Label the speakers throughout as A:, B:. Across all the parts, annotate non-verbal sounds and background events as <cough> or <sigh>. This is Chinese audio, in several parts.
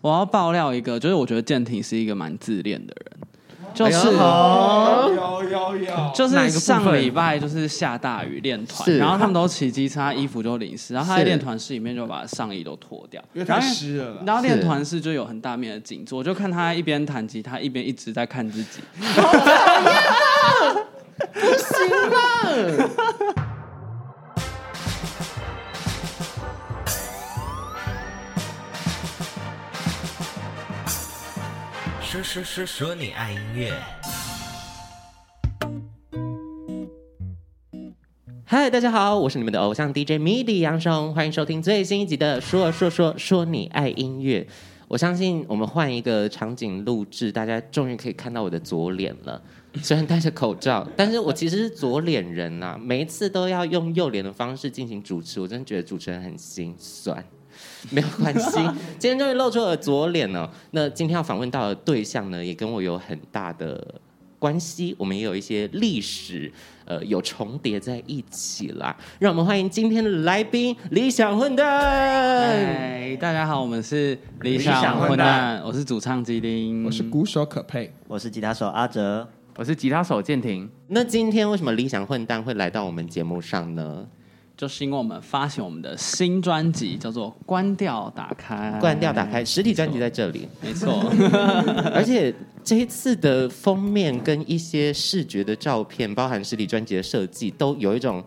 A: 我要爆料一个，就是我觉得健庭是一个蛮自恋的人，就是、
B: 哦
C: 有有有，
A: 就
D: 哎哪一
A: 是
D: 个部
A: 上
D: 分
A: 礼拜就是下大雨练团，
E: 是
A: 然后他们都骑机车，他衣服就淋湿，然后他在
E: 是
A: 练团室里面就把上衣都脱掉，
C: 因为
A: 然
C: 太
A: 后
C: 湿了啦。
A: 然后练团式就有很大面的景致，我就看他一边弹吉他一边一直在看自
D: <laughs>
A: 己。
F: 说说说说你爱音乐，
D: 嗨，大家好，我是你们的偶像 DJ MIDI 杨松，欢迎收听最新一集的《说说说说你爱音乐》。我相信我们换一个场景录制，大家终于可以看到我的左脸了。 <laughs> 虽然戴着口罩，但是我其实是左脸人啦、每一次都要用右脸的方式进行主持，我真的觉得主持人很心酸。没有关系，今天终于露出我的左脸了。那今天要访问到的对象呢，也跟我有很大的关系，我们也有一些历史，呃，有重叠在一起啦。让我们欢迎今天的来宾理想混蛋。
A: 嗨，哎大家好，我们是理
D: 哎理想
A: 想
D: 混
A: 混蛋，我是主唱基丁，
C: 我是鼓手可佩，
G: 我是吉他手阿哲，
B: 我是吉他手建廷，
D: 那今天为什么理想混蛋会来到我们节目上呢？
A: 就是因为我们发行我们的新专辑叫做《关掉打开》，
D: 关掉，打开实体专辑在这里，
A: 哎没错，
D: <laughs> 而且这一次的封面跟一些视觉的照片，包含实体专辑的设计，都有一种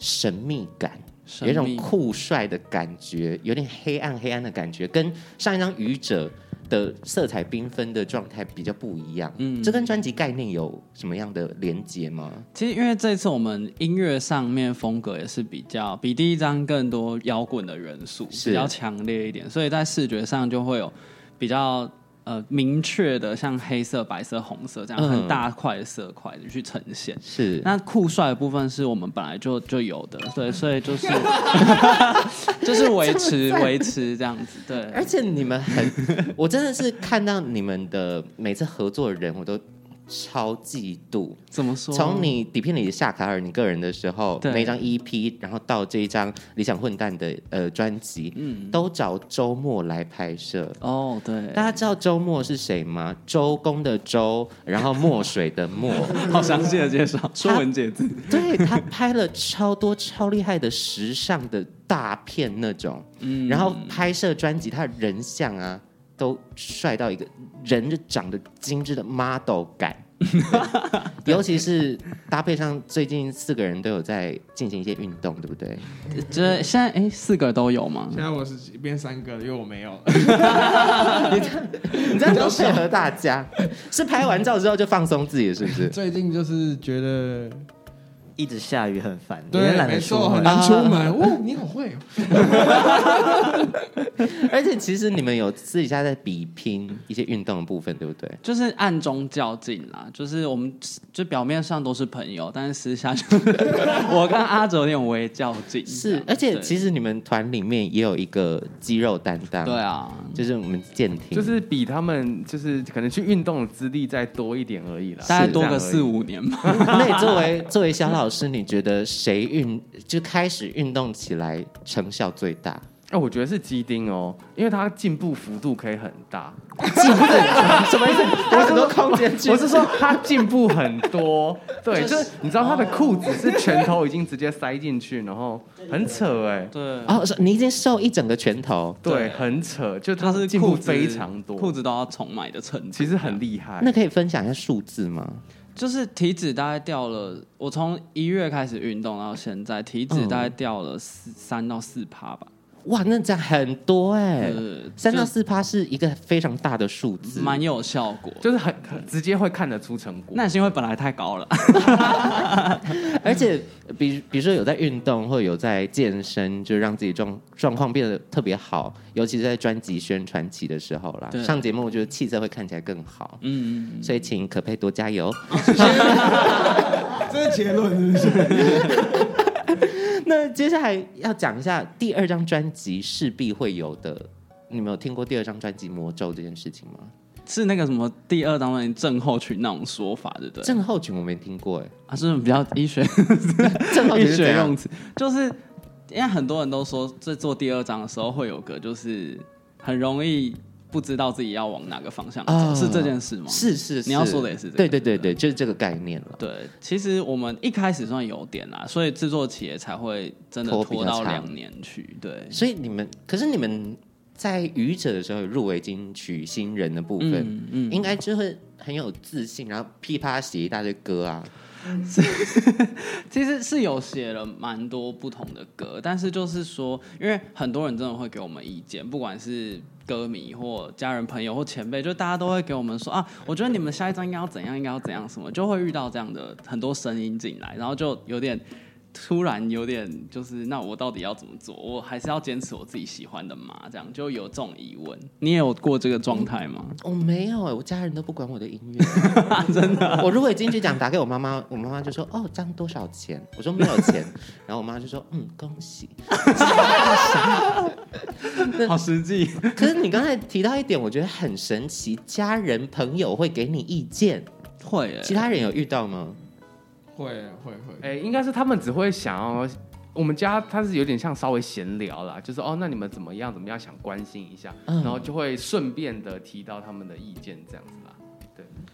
D: 神秘感。
A: 神
D: 有一种
A: 秘
D: 酷帅的感觉，有点黑暗黑暗的感觉，跟上一张《愚者》的色彩缤纷的状态比较不一样。嗯，这跟专辑概念有什么样的连接吗？
A: 其实因为这次我们音乐上面风格也是比较比第一张更多摇滚的元素，
D: 是
A: 比较强烈一点，所以在视觉上就会有比较呃明确的，像黑色、白色、红色这样
D: 嗯
A: 很大块的色块去呈现。
D: 是
A: 那酷帅的部分是我们本来就就有的，对，所以就是 <laughs> 就是维持维持这样子，
D: 而
A: 对，
D: 且你们很，我真的是看到你们的每次合作的人，我都超嫉妒。
A: 怎么说？
D: 从你底片里的夏卡尔你个人的时候，
A: 对
D: 那一张 EP，然后到这一张理想混蛋的呃专辑，
A: 嗯
D: 都找周末来拍摄。
A: 哦，对，
D: 大家知道周末是谁吗？周公的周，然后墨水的墨。
A: 好详细的介绍《说文解字》
D: 对他拍了超多超厉害的时尚的大片那种，
A: 嗯
D: 然后拍摄专辑，他的人像啊都帅到一个人就长得精致的 model <laughs> 感。尤其是搭配上最近四个人都有在进行一些运动，对不对？
A: 这现在哎四个都有吗？
C: 现在我是变三个了，因为我没有。
D: 你这样都配合大家，是拍完照之后就放松自己，是不是？
C: <laughs> 最近就是觉得，
G: 一直下雨很烦，有
C: 对
G: 点，懒
C: 没
G: 得出
C: 错，很
G: 门。
C: 难出
A: <laughs>
C: 门。哦，你好会哦，
D: 而且其实你们有私底下在比拼一些运动的部分，对不对？
A: 就是暗中较劲啦，就是我们就表面上都是朋友，但是私下就 <laughs> 我跟阿哲有点微较劲这样。
D: 是，而且其
A: 实
D: 实你们团里面也有一个肌肉担当，
A: 对，啊，
D: 就是我们健庭，
B: 就是比他们就是可能去运动的资历再多一点而已啦，
A: 大概多
B: 这
A: 个
B: 样而已
A: 四。五年吧。
D: <laughs> 那你作为作为小老师，你觉得谁运就开始运动起来成效最大？
B: 哎、我觉得是基丁哦，因为他进步幅度可以很大。
D: 什么意思？有很多空间去
B: 我是说他进步很多，对，
A: 就
B: 就是是你知道他的裤子是拳头已经直接塞进去，然后很扯哎、
A: 对，
D: 哦，是你已经瘦一整个拳头，
B: 对，很扯，就
A: <laughs> 他
B: 他
A: 是
B: 进
A: 裤
B: 步
A: 子
B: 非常多，
A: 裤子都要重买的程度，
B: 其实很厉
A: 哎
B: 害。
D: 那可以分享一下数字吗？
A: 就是体脂大概掉了，我从一月开始运动到现在，体脂大概掉了四三到四趴吧，
D: 哇，那这样很多哎、
A: 呃，
D: 三到四趴是一个非常大的数字，
A: 蛮有效果。
B: 就是很很直接会看得出成果。
A: 那也是因为本来太高了，
D: 而且，比比如说有在运动或有在健身，就让自己状状况变得特别好，尤其是在专辑宣传期的时候啦
A: 对。
D: 上节目，我觉得气色会看起来更好。
A: 嗯，
D: 所以，请可佩多加油。
C: 这是结论是不是？
A: 嗯
D: 那接下来要讲一下第二张专辑势必会有的，你们有听过第二张专辑《魔咒》这件事情吗？
A: 是那个什么第二当然症候群那种说法，对不对？
D: 症候群我没听过，
A: <laughs>
D: 哎，
A: 啊，是比较医
D: <laughs>
A: 学
D: 症候群
A: 医
D: 是怎
A: 学
D: 样
A: 用？词，就是因为很多人都说，在做第二章的时候会有个就是很容易不知道自己要往哪个方向走，
D: 啊
A: 是这件事吗？
D: 是是，
A: 你要说的也是这个
D: 对对对对，就是这个概念了。
A: 对，其实我们一开始算有点啦，所以制作企业才会真的
D: 拖比
A: 拖
D: 较
A: 到
D: 长
A: 两年去。对，
D: 所以你们，可是你们在愚者的时候有入围金曲新人的部分，
A: 嗯嗯
D: 应该就会很有自信，然后噼啪写一大堆歌啊。
A: 其实是有写了蛮多不同的歌，但是就是说，因为很多人真的会给我们意见，不管是歌迷或家人、朋友或前辈，就大家都会给我们说啊，我觉得你们下一张应该要怎样，应该要怎样什么，就会遇到这样的很多声音进来，然后就有点。突然有点就是，那我到底要怎么做？我还是要坚持我自己喜欢的嘛？这样就有这种疑问。你也有过这个状态吗？
D: 我、没有哎、我家人都不管我的音
A: <laughs>
D: 乐，真的。我如果金曲奖打给我妈妈，我妈妈就说：“哦，这样多少钱？”我说：“没有钱。” <laughs> 然后我妈就说：“嗯，恭喜。 <laughs>
A: 好实际，”
D: 可是你刚才提到一点，我觉得很神奇，家人朋友会给你意见，
A: 会、欸。
D: 其他人有遇到吗？
C: 会会会，
B: 哎、应该是他们只会想要，我们家他是有点像稍微闲聊啦，就是哦，那你们怎么样怎么样，想关心一下，
D: 嗯
B: 然后就会顺便的提到他们的意见这样子啦。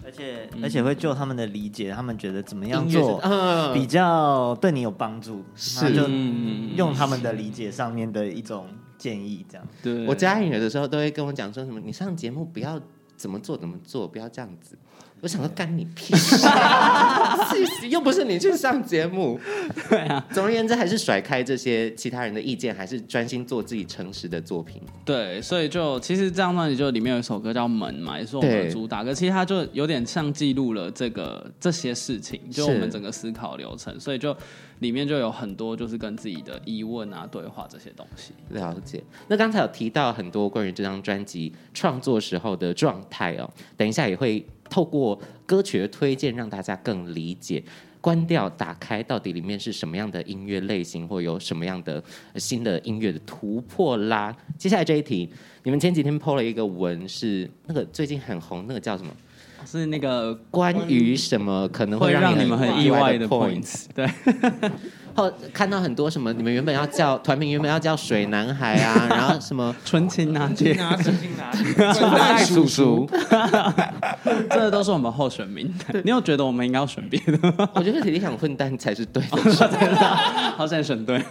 G: 而且而且会就他们的理解，他们觉得怎么样
D: 音乐
G: 做
D: 是嗯
G: 比较对你有帮助，
D: 是
G: 那就
A: 嗯
G: 用他们的理解上面的一种建议，这样。
A: 对，
D: 我家人有的时候都会跟我讲说什么，你上节目不要怎么做怎么做，不要这样子。我想说干你屁 <laughs> 事，气死又不是你去上节目。对啊，总而言之还是甩开这些其他人的意见，还是专心做自己诚实的作品。
A: 对，所以就其实这张专辑就里面有一首歌叫《门》嘛，也是我们
D: 对
A: 的主打歌。其实它就有点像记录了这个这些事情，就是我们整个思考流程，所以就里面就有很多就是跟自己的疑问啊、对话这些东西。
D: 了解。那刚才有提到很多关于这张专辑创作时候的状态哦，等一下也会透过歌曲的推荐让大家更理解。关掉、打开，到底里面是什么样的音乐类型，或有什么样的呃新的音乐的突破啦？接下来这一题，你们前几天 PO 了一个文，是那个最近很红，那个叫什么？
A: 是那个
D: 关于什么可能
A: 会
D: 让
A: 让你们很意外
D: 的
A: 的 <laughs>
D: point？
A: points，对，
D: 后看到很多什么，你们原本要叫团名，原本要叫水男孩
A: <laughs>
D: 啊，然后什么
A: 纯情啊，姐，
C: 拿着
B: 爱叔叔，
A: <laughs> 这都是我们候选名单。你有觉得我们应该要选别的吗？ <laughs>
D: 我觉得理想混蛋才是对的，
A: 好想选对，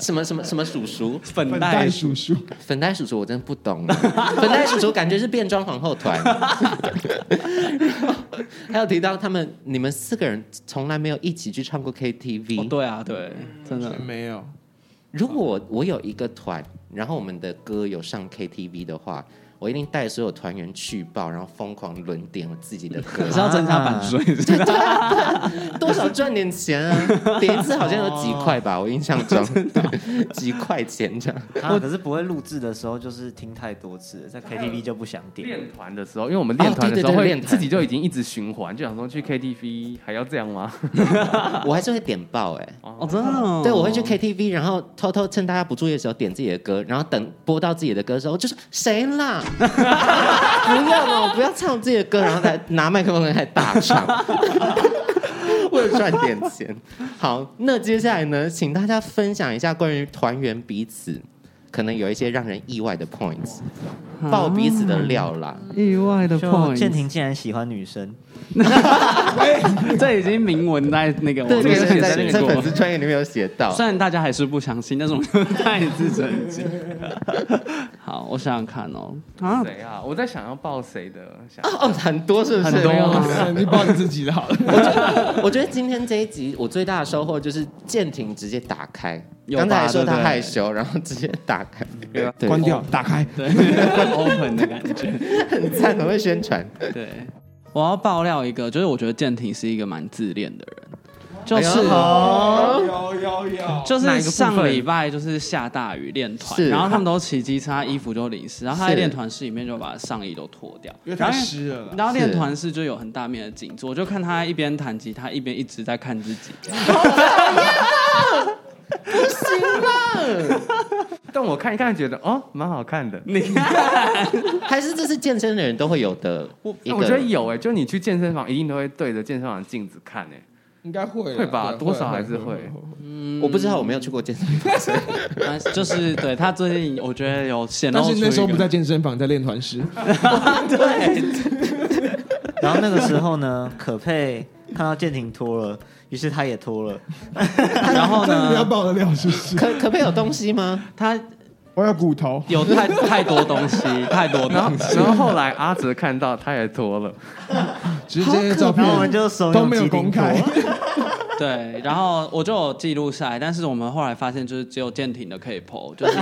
D: 什么什么什么叔叔，
A: <laughs> 粉
C: 粉
A: 黛
C: 黛叔叔，
D: 粉黛叔叔，我真的不懂。粉黛叔叔感觉是变装皇后团。还有提到他们，你们四个人从来没有一起去唱过
A: 哦
D: KTV。
A: 对啊，对，真的。
C: 没有，
D: 如果我我有一个团，然后我们的歌有上 KTV 的话，我一定带所有团员去报，然后疯狂轮点我自己的
A: <laughs>
D: 歌
A: 可。是要增加版税，真的
D: 多少赚点钱啊？点一次好像有几块吧，我印象中几块钱这样。
G: 啊、可是不会录制的时候，就是听太多次了，在 KTV 就不想点。
B: 练团的时候，因为我们练团的时
D: 哦对
B: 候
D: 对对
B: 会
D: 练团嗯
B: 自己就已经一直循环，就想说去 KTV 还要这样吗？
D: 我还是会点爆哎、
A: 哦，真的哦，
D: 对，我会去 KTV，然后偷偷趁大家不注意的时候点自己的歌，然后等播到自己的歌的时候，我就说谁啦？ <laughs> 不要了，我不要唱自己的歌，然后再拿麦克风来大唱， <laughs> 为了赚点钱。好，那接下来呢，请大家分享一下关于团员彼此可能有一些让人意外的 points，爆
A: 啊
D: <laughs> 彼此的料啦。
A: 意外的
G: 就建廷竟然喜欢女生，
A: <laughs> 这已经明文在那哦个我
D: <laughs>
A: 们
D: 对，这个
A: 之
D: 是
A: 前
D: 在
A: 写
D: 在粉
A: 过
D: 丝。专业里面有写到
A: 虽。然大家还是不相信，但是我 <laughs> 们再次澄
D: <laughs>
A: 清。好，我想想看哦，啊，
B: 谁啊？我在想要报谁的，想
D: 哦，很多是不是？
A: 很多啊
C: 你报你自己的好了。
D: 我觉得今天这一集我最大的收获就是舰艇直接打开，
A: 有吧
D: 刚才还说他
A: 对啊不对
D: 害羞，然后直接打开，对
C: 关掉，打开。
A: 对 <laughs> ，open 的感觉。
D: 很赞，很会
A: <laughs>
D: 宣传。
A: 对，我要爆料一个，就是我觉得建廷是一个蛮自恋的人，就
D: 哎
A: 是。
B: 哦
C: 有有有，
A: 就是
B: 哪一个部分
A: 上礼拜就是下大雨练团，
D: 是
A: 然后他们都骑机车，他衣服就淋湿，然后他在
D: 是
A: 练团室里面就把上衣都脱掉，
C: 因为
A: 然
C: 太
A: 后
C: 湿了啦。
A: 然后练团是就有很大面的景致，我就看他一边弹吉他一边一直在看自己。
B: 但我看一看觉得哦，蛮好看的。
A: 你看，
D: 还是这是健身的人都会有的
B: 我
D: 一个，
B: 欸我觉得有哎、就你去健身房一定都会对着健身房的镜子看哎、
C: 应该会啦
B: 会吧
C: 对
B: 多少还是会
A: 嗯
D: 我不知道，我没有去过健身房。 <laughs>
A: 但是就是对他最近，我觉得有显露
C: 但
A: 出
C: 是
A: 一个
C: 那时候
A: <laughs>
C: 不在健身房，在练团式。
G: 然后那个时候呢，可佩看到舰艇脱了，于是他也脱了。
A: 然后
C: 真的不要
A: 呢，
C: 爆得了，是不是？
D: 可可不可以有东西吗？
A: 他
C: 我有骨头，
A: 有太太多东西，太多
B: 然后
A: 东西。
B: 然后后来阿哲看到他也脱了，
C: 只是这些照片
G: 然后我们就怂恿
C: 都没有
G: 基丁
C: 公开。
A: 对，然后我就有记录下来，但是我们后来发现，就是只有舰艇的可以 PO，就是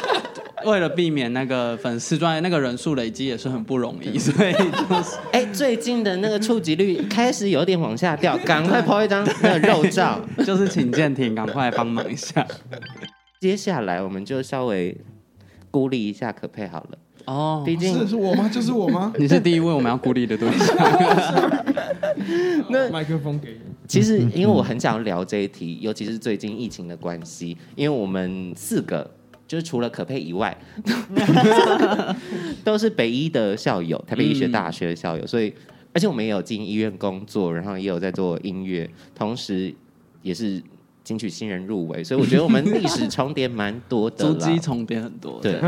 A: <laughs> 为了避免那个粉丝专业那个人数累积也是很不容易，所以就是
D: 哎，最近的那个触及率开始有点往下掉，赶快抛一张那个肉
A: <laughs>
D: 照。
A: 就是请舰艇赶快帮忙一下。
D: 接下来我们就稍微孤立一下可佩好了，
A: 哦，
D: 毕竟
C: 是是我吗？就是我吗？
A: 你是第一位我们要孤立的对象。
C: 那麦克风给你。
D: 其实，因为我很想要聊这一题，尤其是最近疫情的关系，因为我们四个就是除了可佩以外， <laughs> 都是北医的校友，台北医学大学的校友，所以而且我们也有进医院工作，然后也有在做音乐，同时也是金曲新人入围，所以我觉得我们历史重叠蛮多的
A: 足 <laughs>
D: 啦
A: 迹。重叠很多。
D: 对，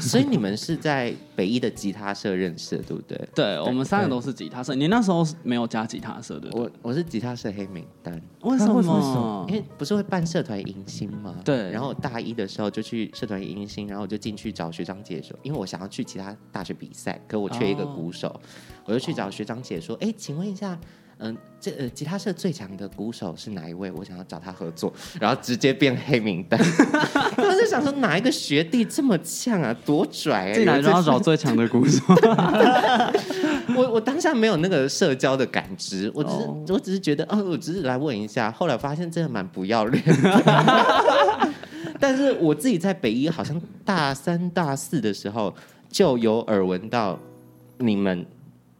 D: 所以你们是在北医的吉他社认识的，对不对？
A: 对我们三个都是吉他社，你那时候是没有加吉他社的，
D: 我我是吉他社黑名单。
A: 为什么？
D: 因为不是会办社团迎新吗？
A: 哦对
D: 然后大一的时候就去社团迎新，然后我就进去找学长姐说，因为我想要去其他大学比赛，可我缺一个
A: 哦
D: 鼓手，我就去找学长姐说，哎、请问一下。嗯，这呃，吉他社最强的鼓手是哪一位？我想要找他合作， <laughs> 然后直接变黑名单。我就想说，哪一个学弟这么呛啊，多拽啊！
A: 进来就要找最 <laughs> 强的鼓手，
D: 我我当下没有那个社交的感知，我只是、我只是觉得，哦，我只是来问一下。后来发现真的蛮不要脸的。
A: <laughs>
D: 但是我自己在北一好像大三大四的时候就有耳闻到你们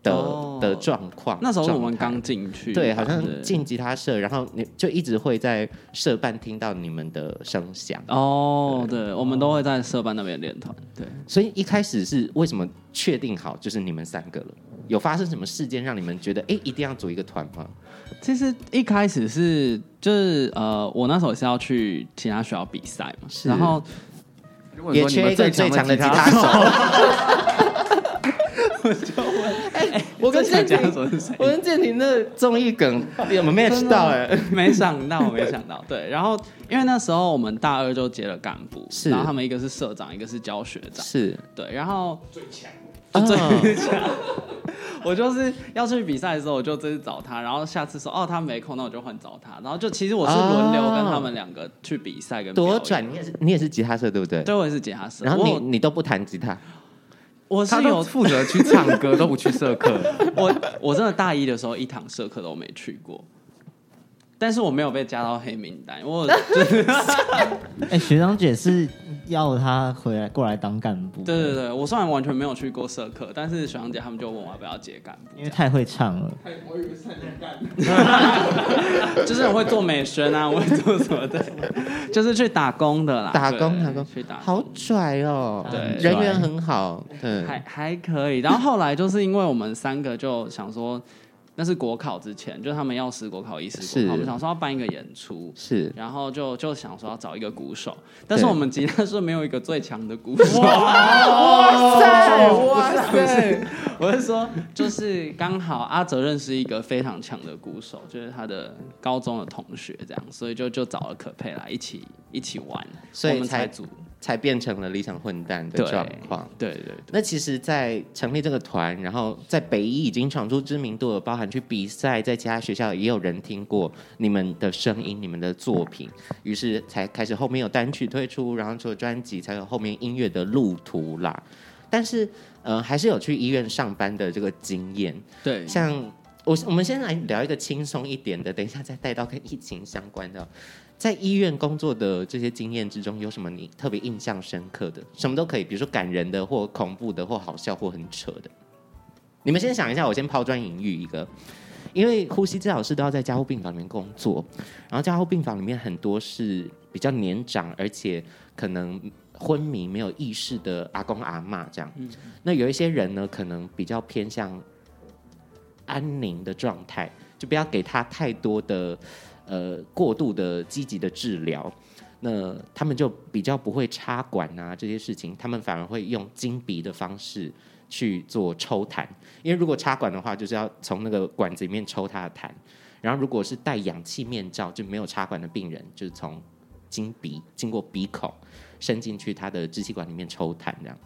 D: 的、
A: 哦
D: 的状况。
A: 那时候我们
D: 状态
A: 刚进去，
D: 对，好像
A: 对
D: 进吉他社，然后你就一直会在社办听到你们的声响。
A: 哦，对，我们都会在社办那边练团，
D: 哦
A: 对，
D: 所以一开始是为什么确定好就是你们三个了？有发生什么事件让你们觉得哎、诶一定要组一个团吗？
A: 其实一开始是就是呃，我那时候是要去其他学校比赛嘛，
D: 是
A: 然后
B: 如果你
D: 也
B: 说你
D: 缺
B: 们
D: 一个最强的吉
B: 吉
D: 他手。 <laughs> 哎我跟
A: 最强
D: 建
A: 吉他
D: 廷
A: 手是谁， <laughs>
D: 我跟建廷那综艺梗有没有 match 到？哎，
A: 没想到，没想到，对，然后因为那时候我们大二就接了干部，
D: 是
A: 然后他们一个是社长，一个是教学长，
D: 是
A: 对，然后最
D: 啊
A: 强，就最
D: 嗯
A: 强。 <laughs> 我就是要去比赛的时候，我就这次找他，然后下次说哦他没空，那我就换找他。然后就其实我是轮流跟他们两个去比赛跟表演
D: 多，转，你也是你也是吉他社对不对？
A: 对我也是吉他社，
D: 然后你
A: 我
D: 你都不弹吉他，
A: 我是
B: <laughs> 他
A: 有
B: 有负责去唱歌，都不去社课。
D: <laughs>
A: 我我真的大一的时候一堂社课都没去过。但是我没有被加到黑名单，我就是
G: <laughs> 哎、学长姐是要他回来过来当干部，
A: 对对，对，我虽然完全没有去过社课，但是学长姐他们就问我要不要接干部
G: 因为，太会唱了。
C: 我以为是你干。
A: <laughs> 就是我会做美宣啊，我会做什么的， <laughs> 就是去打工的啦，
D: 打工
A: 对
D: 打工
A: 去打工
D: 好拽哦，
A: 对
D: 人缘很好，对，
A: 还还可以。然后后来就是因为我们三个就想说，那是国考之前，就是他们要十国考一十
D: 是
A: 国考，我们想说要办一个演出。
D: 是
A: 然后就就想说要找一个鼓手，但是
D: 对
A: 我们吉他社没有一个最强的鼓手。
D: 哇塞哇塞，
A: 我是说，就是刚好阿哲认识一个非常强的鼓手，就是他的高中的同学，这样，所以就就找了可佩来一起一起玩，
D: 所以
A: 我们才
D: 才
A: 组。
D: 才变成了理想混蛋的
A: 对
D: 状况。
A: 对对对。
D: 那其实，在成立这个团，然后在北医已经闯出知名度了，包含去比赛，在其他学校也有人听过你们的声音、你们的作品，于是才开始后面有单曲推出，然后除了专辑，才有后面音乐的路途啦。但是，呃，还是有去医院上班的这个经验。
A: 对，
D: 像我，我们先来聊一个轻松一点的，等一下再带到跟疫情相关的。在医院工作的这些经验之中，有什么你特别印象深刻的？什么都可以，比如说感人的，或恐怖的，或好笑，或很扯的。你们先想一下，我先抛砖引玉一个，因为呼吸治疗师都要在加护病房里面工作，然后加护病房里面很多是比较年长，而且可能昏迷没有意识的阿公阿嬷这样。那有一些人呢，可能比较偏向安宁的状态，就不要给他太多的呃过度的积极的治疗。那他们就比较不会插管啊这些事情，他们反而会用金鼻的方式去做抽痰，因为如果插管的话，就是要从那个管子里面抽他的痰。然后如果是戴氧气面罩就没有插管的病人，就是从经鼻经过鼻孔伸进去他的支气管里面抽痰这样。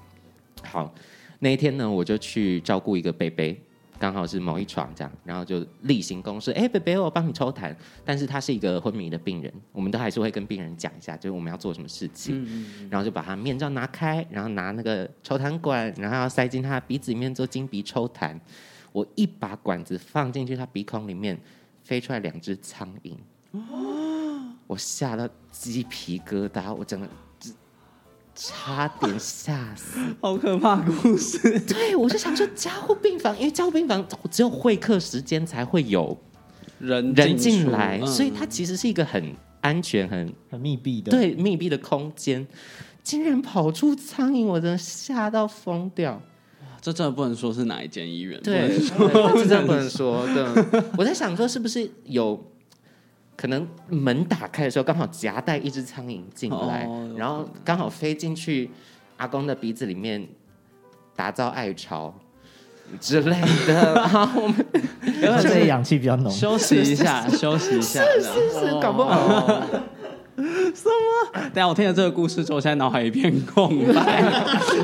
D: 好，那一天呢，我就去照顾一个贝贝，刚好是某一床这样，然后就例行公事，哎、贝贝，我帮你抽痰，但是他是一个昏迷的病人，我们都还是会跟病人讲一下，就是我们要做什么事情。
A: 嗯，
D: 然后就把他面罩拿开，然后拿那个抽痰管，然后要塞进他的鼻子里面做金鼻抽痰。我一把管子放进去他鼻孔里面，飞出来两只苍蝇，
A: 哦
D: 我吓到鸡皮疙瘩，我整个只差点吓死。
A: 好可怕的故
D: <laughs>
A: 事，
D: 对，我就想说加护病房，因为加护病房只有会客时间才会有
A: 人
D: 人
A: 进
D: 进
A: 出
D: 来，
A: 嗯
D: 所以它其实是一个很安全、很
G: 很密闭的，，
D: 对密闭的空间，竟然跑出苍蝇，我真的吓到疯掉。
A: 嗯这真的不能说是哪一间医院，
D: 对， <laughs> 这真的不能说。对，我在想说是不是有可能门打开的时候刚好夹带一只苍蝇进来，
A: 哦有可能
D: 然后刚好飞进去阿公的鼻子里面，打造爱巢之类的。然后我们
A: 不能
G: 这里氧气比较浓，
A: 休息一下，休息一下，这样
D: 就是搞不好。
A: 等一下我听了这个故事之后，我现在脑海一片空白，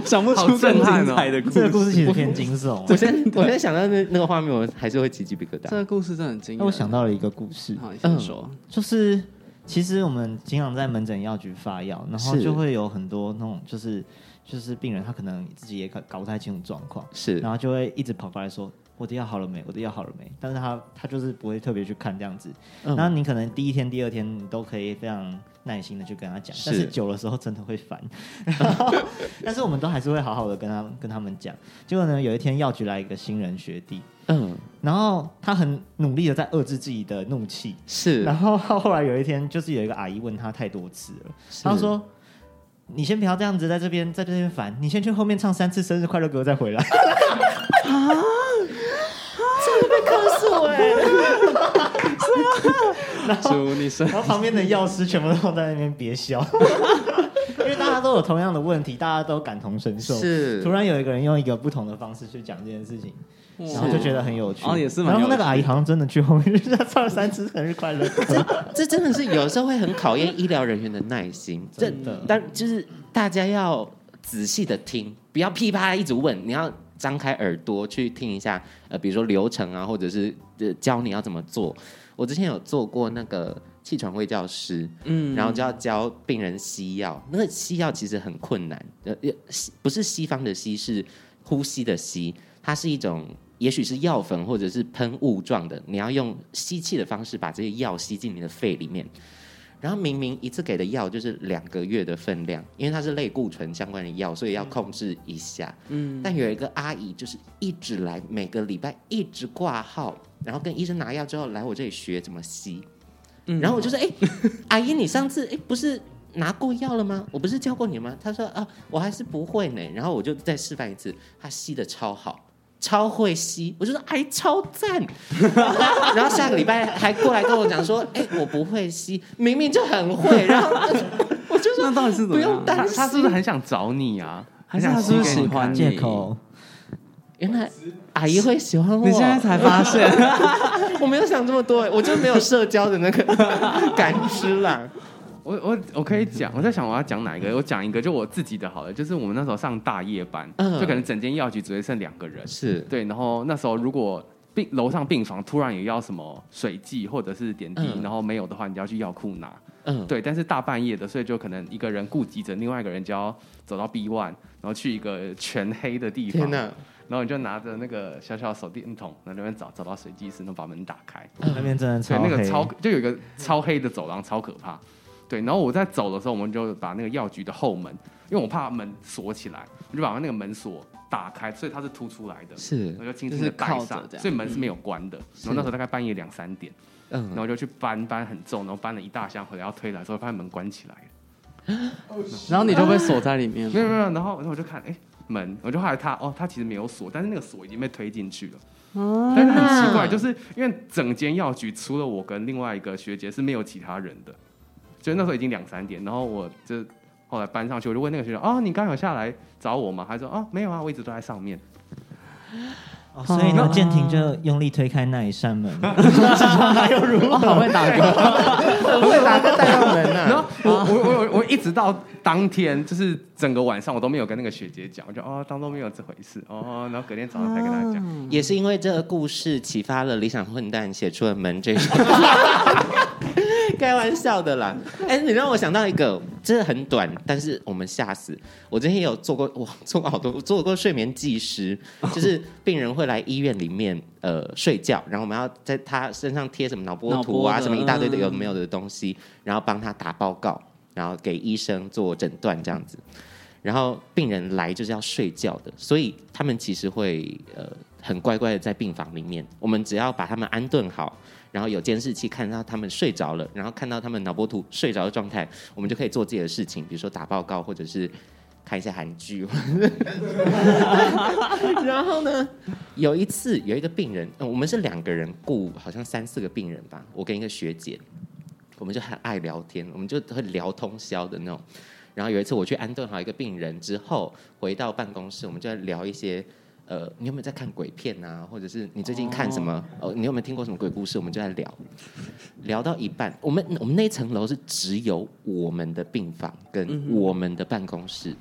A: 想不出
B: 好震
A: 更
B: 撼哦
A: 精彩的故
G: 这
A: 事。
G: 个故事其实偏惊
A: <laughs>
G: 悚。啊
D: 我现
G: <laughs>
D: 在我现在想到那那个画面，我还是会起鸡皮疙
A: 这
D: 瘩。
A: 个故事真的很惊
G: 那
A: 人。
G: 我想到了一个故事，嗯
A: 好，你先说。
G: 就是其实我们经常在门诊药局发药，然后
D: 是
G: 就会有很多那种就是就是病人他可能自己也搞搞不太清楚状况，
D: 是
G: 然后就会一直跑过来说我的药好了没，我的药好了没，但是他他就是不会特别去看这样子。
D: 嗯
G: 然后你可能第一天、第二天你都可以非常耐心的去跟他讲，但
D: 是
G: 是久的时候真的
D: <laughs>
G: 会烦。 <laughs> 然后但是我们都还是会好好的跟他跟他们讲。结果呢，有一天药局来一个新人学弟。
D: 嗯，
G: 然后他很努力的在遏制自己的怒气，
D: 是
G: 然后他后来有一天，就是有一个阿姨问他太多次了，
D: 是
G: 他说：“你先不要这样子在这边在这边烦，你先去后面唱三次生日快乐歌再
D: <laughs>
G: 回来。
A: 祝你生”
G: 然后旁边的药师全部都在那边憋笑， <laughs> 因为大家都有同样的问题，大家都感同身受。
D: 是
G: 突然有一个人用一个不同的方式去讲这件事情，
A: 哇
G: 然后就觉得很有趣。
A: 哦也是蛮有
G: 然
A: 趣
G: 后那个阿姨好像真的去后面 <laughs> 就唱了三次生日快乐歌。
D: 这真的是有时候会很考验医疗人员的耐心，这
G: <laughs> 真的
D: 但就是大家要仔细的听，不要噼啪一直问，你要张开耳朵去听一下，呃，比如说流程啊，或者是呃教你要怎么做。我之前有做过那个气喘会教师，
A: 嗯
D: 然后就要教病人吸药，那个吸药其实很困难，呃，呃吸不是西方的吸，是呼吸的吸，它是一种。也许是药粉或者是喷雾状的，你要用吸气的方式把这些药吸进你的肺里面。然后明明一次给的药就是两个月的分量，因为它是类固醇相关的药，所以要控制一下。嗯，但有一个阿姨就是一直来，每个礼拜一直挂号，然后跟医生拿药之后来我这里学怎么吸。
A: 嗯
D: 然后我就说：“哎、阿姨，你上次哎不是拿过药了吗？我不是教过你吗？”她说：“啊，我还是不会呢。”然后我就再示范一次，她吸的超好。超会吸，我就说哎超赞， <laughs> 然后下个礼拜还过来跟我讲说，哎、我不会吸，明明就很会，然后我就说
A: 那到底是怎么
D: 不
A: 样
D: 用担
B: 他
D: 心，
B: 他是不是很想找你啊？
A: 还是
B: 很
A: 他
B: 想
A: 是不是
B: 吸给
A: 喜
B: 你
A: 欢
B: 看
A: 你？
G: 借口，
D: 原来阿姨会喜欢我，
A: 你现在才发现，
D: <laughs> 我没有想这么多，我就没有社交的那个 <laughs> 感知啦。
B: 我我我可以讲，我在想我要讲哪一个，我讲一个就我自己的好了，就是我们那时候上大夜班，
D: 嗯
B: 就可能整间药局只会剩两个人，
D: 是
B: 对，然后那时候如果病楼上病房突然也要什么水剂或者是点滴，
D: 嗯
B: 然后没有的话，你就要去药库拿，
D: 嗯，
B: 对，但是大半夜的，所以就可能一个人顾急诊，另外一个人就要走到 B one，然后去一个全黑的地
D: 天
B: 方，
D: 哪，
B: 然后你就拿着那个小小的手电筒，然后那边找找到水剂室，然后把门打开，
G: 那边真的
B: 所
G: 超
B: 以那个超
G: 黑
B: 就有一个超黑的走廊，超可怕。对，然后我在走的时候，我们就把那个药局的后门，因为我怕门锁起来，我就把那个门锁打开，所以它是凸出来的，
D: 是
B: 我就轻轻的带
A: 就是靠
B: 上
A: 着这，样嗯
B: 所以门是没有关的。然后那时候大概半夜两三点，然
D: 嗯，
B: 后就去搬搬很重，然后搬了一大箱回来要推来的时候，发现门关起来了。
A: 然后你就被锁在里面
B: 没有
A: 了。
B: 哎没有，然后然后我就看，哎、门，我就后来他哦，他其实没有锁，但是那个锁已经被推进去了，但是很奇怪，就是因为整间药局除了我跟另外一个学姐是没有其他人的，就那时候已经两三点，然后我就后来搬上去，我就问那个学姐，哦，你刚有下来找我吗？她说，哦，没有啊，我一直都在上面。
G: 哦所以呢，建廷就用力推开那一扇门， <laughs> 哪有如
A: 我好会打歌，
D: 会打个带到门
B: 然后我我我我我一直到当天，就是整个晚上我都没有跟那个学姐讲，我就哦当中没有这回事哦，然后隔天早上才跟她讲。
D: 也是因为这个故事启发了理想混蛋写出了《门》这首，开玩笑的啦。哎、你让我想到一个，真的很短，但是我们吓死。我之前也有做过，我做过好多，我做过睡眠技师，就是病人会来医院里面呃睡觉，然后我们要在他身上贴什么脑波图
A: 脑波
D: 啊，
A: 的
D: 什么一大堆的
A: 嗯
D: 有没有的东西，然后帮他打报告，然后给医生做诊断这样子。然后病人来就是要睡觉的，所以他们其实会呃很乖乖的在病房里面。我们只要把他们安顿好，然后有监视器看到他们睡着了，然后看到他们脑波图睡着的状态，我们就可以做自己的事情，比如说打报告或者是。看一下韩剧，然后呢，有一次有一个病人，呃我们是两个人雇，好像三四个病人吧，我跟一个学姐，我们就很爱聊天，我们就会聊通宵的那种。然后有一次我去安顿好一个病人之后，回到办公室，我们就在聊一些，呃，你有没有在看鬼片啊？或者是你最近看什么？哦，你有没有听过什么鬼故事？我们就在聊，聊到一半，我们我们那一层楼是只有我们的病房跟我们的办公室，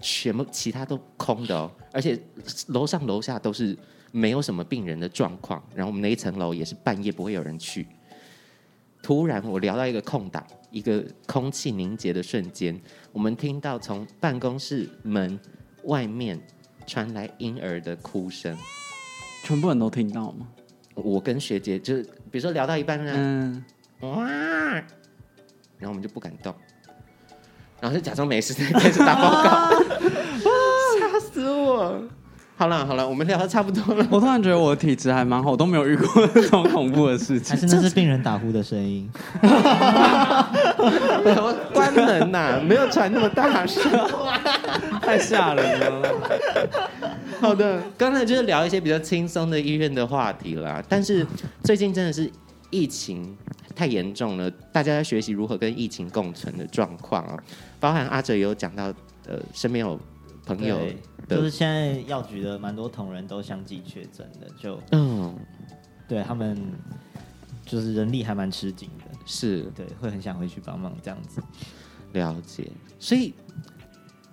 D: 全部其他都空的哦，而且楼上楼下都是没有什么病人的状况，然后我们那一层楼也是半夜不会有人去。突然，我聊到一个空档，一个空气凝结的瞬间，我们听到从办公室门外面传来婴儿的哭声。
A: 全部人都听到吗？
D: 我跟学姐就是，比如说聊到一半啊呢，
A: 嗯，
D: 哇，然后我们就不敢动，然后就假装没事，开始打报告，吓死我！好了好了，我们聊的差不多
A: <laughs>
D: 了。
A: 我突然觉得我的体质还蛮好，我都没有遇过这种恐怖的事
G: 还
A: 情。
G: 是那是病人打呼的声音，
D: 关门呐、没有传那么大声。
A: <laughs> 太吓人了。
D: 好的，刚才就是聊一些比较轻松的医院的话题啦，但是最近真的是疫情太严重了，大家在学习如何跟疫情共存的状况啊，包含阿哲也有讲到，呃，身边有朋友
G: 对，
D: 的
G: 就是现在药局的蛮多同仁都相继确诊的，就
D: 嗯，
G: 对他们就是人力还蛮吃紧的，
D: 是
G: 对，会很想回去帮忙这样子。
D: 了解，所以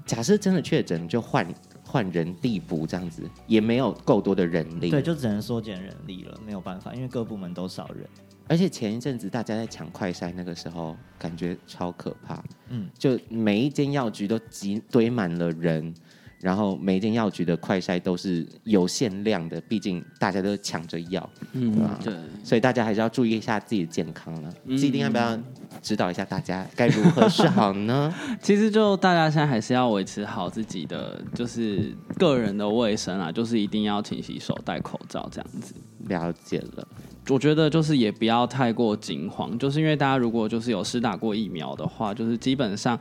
D: 假设真的确诊，就换换人递补这样子，也没有够多的人力。
G: 对，，就只能缩减人力了，没有办法，因为各部门都少人。
D: 而且前一阵子大家在抢快筛，那个时候感觉超可怕。嗯
G: 嗯，
D: 就每一间药局都挤堆满了人，然后每一间药局的快筛都是有限量的，毕竟大家都抢着要，
A: 嗯，对，
D: 所以大家还是要注意一下自己的健康了。
G: 嗯
D: 既定要不要指导一下大家该如何是好呢？
A: 其实就大家现在还是要维持好自己的，就是个人的卫生啊，就是一定要勤洗手、戴口罩这样子。
D: 了解了。
A: 我觉得就是也不要太过惊慌，就是因为大家如果就是有施打过疫苗的话，就是基本上。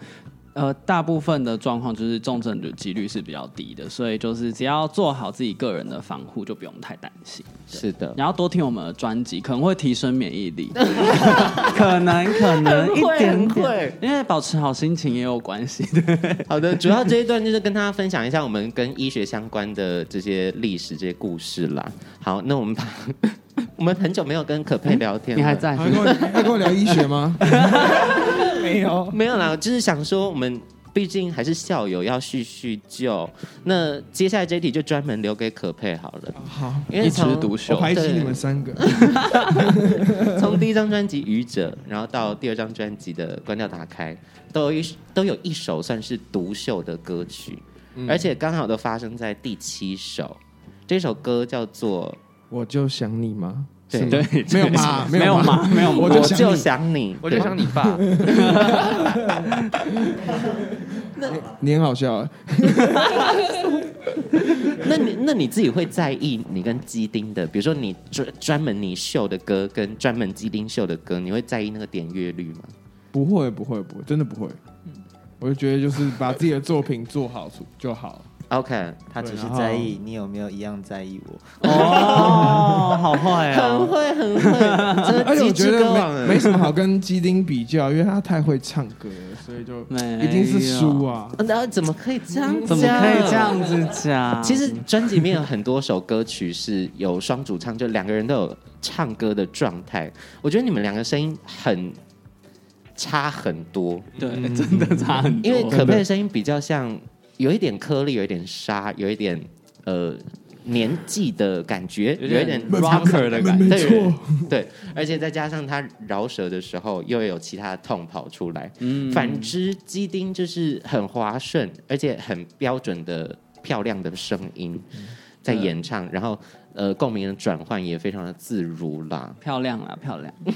A: 呃，大部分的状况就是重症的几率是比较低的，所以就是只要做好自己个人的防护，就不用太担心。
D: 是的，
A: 然后多听我们的专辑，可能会提升免疫力，可能可能一点点，因为保持好心情也有关系的。
D: 好的，主要这一段就是跟大家分享一下我们跟医学相关的这些历史、这些故事啦。好，那我们把 <laughs> 我们很久没有跟可佩聊天、
A: 你
C: <laughs>
A: 还？在？
C: 还跟我还跟我聊医
A: <laughs>
C: 学吗？没有，
D: 没有啦，就是想说我们毕竟还是校友，要叙叙旧。那接下来这一题就专门留给可佩好了，
C: 好，
D: 因为
A: 一枝
D: 从
A: 独秀
C: 我排
D: 对
C: 挤你们三个。
E: <laughs>
D: 从第一张专辑《愚者》，然后到第二张专辑的《关掉打开》，都有一都有一首算是独秀的歌曲，
E: 嗯
D: 而且刚好都发生在第七首。这首歌叫做
C: 我就想你吗？
D: 对
C: 是吗
A: 对
C: 没有嘛，
A: 没有
C: 嘛，
A: 嘛，没有
C: 我
A: 嘛
C: 就
D: 我
C: 想
D: 就
C: 你
D: 想你，
B: 我就
D: 对
B: 想你爸，
C: 你很好笑。啊
D: 那你那你自己会在意你跟基丁的，比如说你专专门你秀的歌跟专门基丁秀的歌，你会在意那个点阅率吗？
C: 不会，不会，不会，真的不会。我就觉得就是把自己的作品做好就好，
D: OK，
G: 他只
C: 对
G: 是
C: 然后
G: 在意你有没有一样在意我。
E: 哦，好坏
D: 很
E: 哦，
D: 会很会，真
C: 而
D: 的
C: 且我
D: 机
C: 觉
D: 智歌王
C: 得没
D: 哎
C: 没什么好跟基丁比较，因为他太会唱歌了，所以就
A: 没有
C: 一定是输啊。
D: 然后怎么可以这样？
E: 怎么可以这？样子讲？
A: 啊
D: 其实专辑里面有很多首歌曲是有双主唱，就两个人都有唱歌的状态。我觉得你们两个声音很差很多，
A: 对，真的差很多。
D: 嗯因为可贝的声音比较像有一点颗粒，有一点沙，有一点呃年纪的感觉，有
A: 有
D: 一
A: 点
D: 点
A: rocker 的感觉，
C: 没
D: 对
C: 错，
D: 对，而且再加上他饶舌的时候，又有其他的痛跑出来。
A: 嗯
D: 反之，基丁就是很滑顺，而且很标准的漂亮的声音在演唱，然后呃共鸣的转换也非常的自如啦。
A: 漂亮啦，漂亮， <laughs>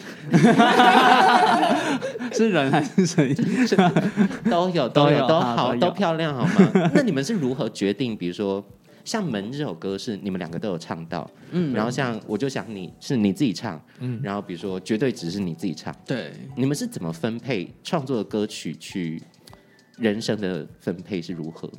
A: 是人还是声音？
D: <laughs> 都有，都有，
A: 有
D: 都
A: 啊
D: 好，
A: 都有
D: 都漂亮，好吗？ <laughs> 那你们是如何决定？比如说，像《门》这首歌是你们两个都有唱到，嗯，
A: 嗯
D: 然后像我就想你是你自己唱，嗯，然后比如说绝对只是你自己唱，
A: 对，
D: 你们是怎么分配创作的歌曲去人生的分配是如何？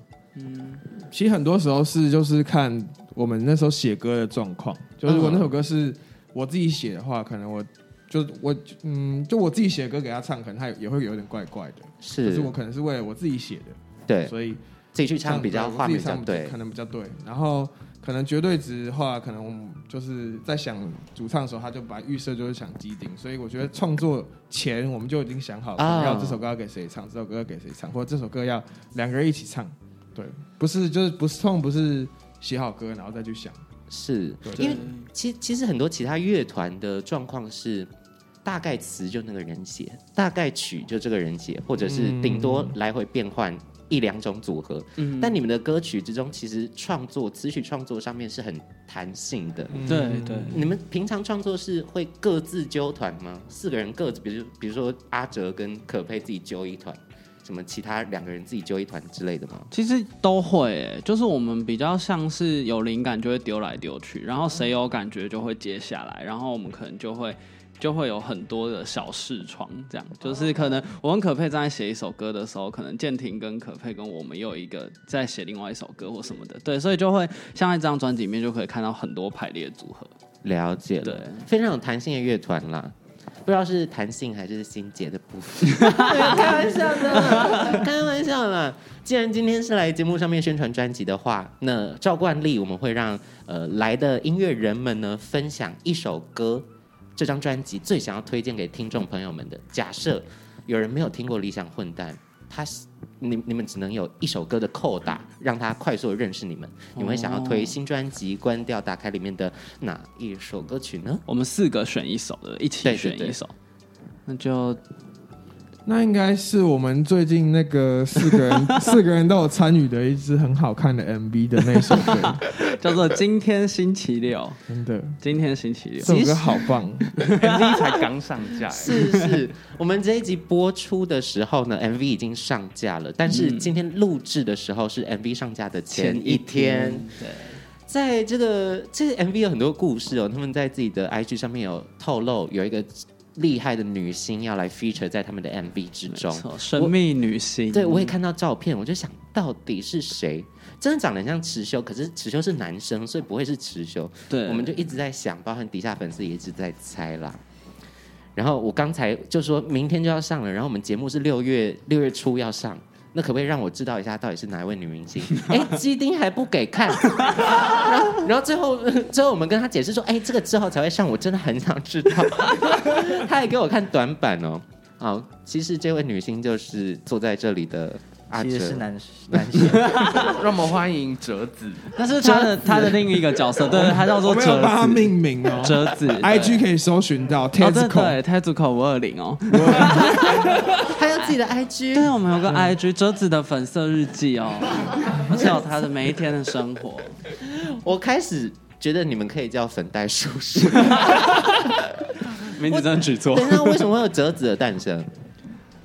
C: 其实很多时候是就是看我们那时候写歌的状况，就是我那首歌是我自己写的话，可能我就我嗯，就我自己写歌给他唱，可能他也会有点怪怪的。就是
D: 是
C: 我可能是为了我自己写的，
D: 对
C: 所以
D: 自己去唱比较
C: 对
D: 画
C: 我自
D: 面
C: 己
D: 比较
C: 唱
D: 对
C: 可，能比较对。然后可能绝对值的话，可能我们就是在想主唱的时候，他就把预设就是想基顶，所以我觉得创作前我们就已经想好，可能要这首歌要给谁唱，这首歌要给谁唱，或者这首歌要两个人一起唱。对，不是就是不是痛，不是写好歌然后再去想。
D: 是
C: 对
D: 因为其其实很多其他乐团的状况是。大概词就那个人写，大概曲就这个人写，或者是
C: 嗯
D: 顶多来回变换一两种组合。
A: 嗯，
D: 但你们的歌曲之中，其实创作词曲创作上面是很弹性的。
A: 对对，
D: 你们平常创作是会各自揪团吗？四个人各自，比如比如说阿哲跟可佩自己揪一团，什么其他两个人自己揪一团之类的吗？
A: 其实都会、欸，就是我们比较像是有灵感就会丢来丢去，然后谁有感觉就会接下来，然后我们可能就会就会有很多的小视窗，这样就是可能我跟可佩正在写一首歌的时候，可能建廷跟可佩跟我们又一个在写另外一首歌或什么的，对，所以就会像在这张专辑里面就可以看到很多排列组合，
D: 了解了，
A: 对，
D: 非常有弹性的乐团啦。不知道是弹性还是心结的部分，开玩笑的， <laughs> 开玩笑啦。既然今天是来节目上面宣传专辑的话，那照惯例我们会让呃来的音乐人们呢分享一首歌，这张专辑最想要推荐给听众朋友们的。假设有人没有听过《理想混蛋》，他是你你们只能有一首歌的扣打，让他快速的认识你们。你们会想要推新专辑《关掉打开》里面的哪一首歌曲呢？
A: 我们四个选一首的，一
D: 对
A: 起
D: 对
A: 选
D: 对
A: 一首，那就
C: 那应该是我们最近那个四个人四个人都有参与的一支很好看的 MV 的那首歌，
A: 叫做今天星期六，
C: 真的，
A: <laughs> 今天星期六，
C: 这首歌好棒。
B: MV 才刚上架、欸，
D: 是是， <laughs> 我们这一集播出的时候呢，MV 已经上架了，但是今天录制的时候是 MV 上架的前一天。
A: 对。
D: 在这个这个 MV 有很多故事哦，他们在自己的 IG 上面有透露，有一个厉害的女星要来 feature 在他们的 MV 之
A: 没
D: 中。
A: 错，神秘女星，
D: 对，我也看到照片，我就想到底是谁？真的长得很像池修，可是池修是男生，所以不会是池修。
A: 对，
D: 我们就一直在想，包含底下粉丝也一直在猜啦。然后我刚才就说明天就要上了，然后我们节目是六月六月初要上，那可不可以让我知道一下到底是哪一位女明星？ <laughs> 哎，基丁还不给看， <laughs> 然后然后最后最后我们跟他解释说，哎，这个之后才会上，我真的很想知道。 <laughs> 他还给我看短板哦。好，其实这位女星就是坐在这里的阿
G: 其
D: 哲，
G: 实是男男性，
B: 让我们欢迎折子，
A: 那是他的他的另一个角
D: <laughs>
A: 色，对，对他叫
C: 我
A: 做
C: 没有
A: 折
C: 帮他
A: 子，
C: 命名哦。
A: 折
C: <laughs>
A: 子对
C: IG 可以搜寻到
A: 哦，对
C: Tesco，
A: 对，太子口五二零
D: <laughs>
A: 哦，
D: 她有自己的 IG，
A: 对，我们有个 IG 折子的粉色日记哦，而且有他的每一天的生活，
D: 我开始觉得你们可以叫粉黛叔 <laughs> 叔。哦
A: 名字真的取错
D: 等一下，为什么会有折子的诞生？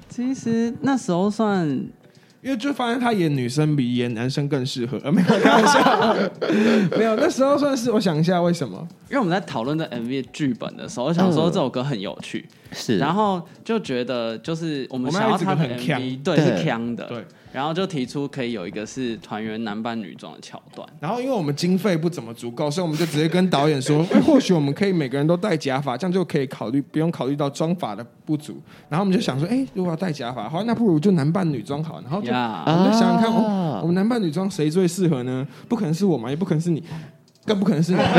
A: 其实那时候算
C: 因为就发现他演女生比演男生更适 <laughs> 合，呃没有开玩笑，没有那时候算是我想一下为什么，
A: 因为我们在讨论这 MV 剧本的时候，我想说这首歌很有趣，
D: 是，
A: 然
D: 后
A: 后就觉得就是我们
C: 我们
A: 想
C: 要
A: 要
C: 一直
A: 他的
C: 很强
A: MV 对
D: 对
A: 是强的，
C: 对，
A: 然后就提出可以有一个是团员男扮女装的桥段，
C: 然后因为我们经费不怎么足够，所以我们就直接跟导演 <laughs> 说，哎，或许我们可以每个人都戴假发，这样就可以考虑不用考虑到妆发的不足。然后我们就想说，哎，如果要戴假发，好，那不如就男扮女装好。然后就
A: 呀、
C: 我们就想想看，
D: 啊
C: 哦，我们男扮女装谁最适合呢？不可能是我嘛，也不可能是你，更不可能 <laughs> 是你。
B: 那个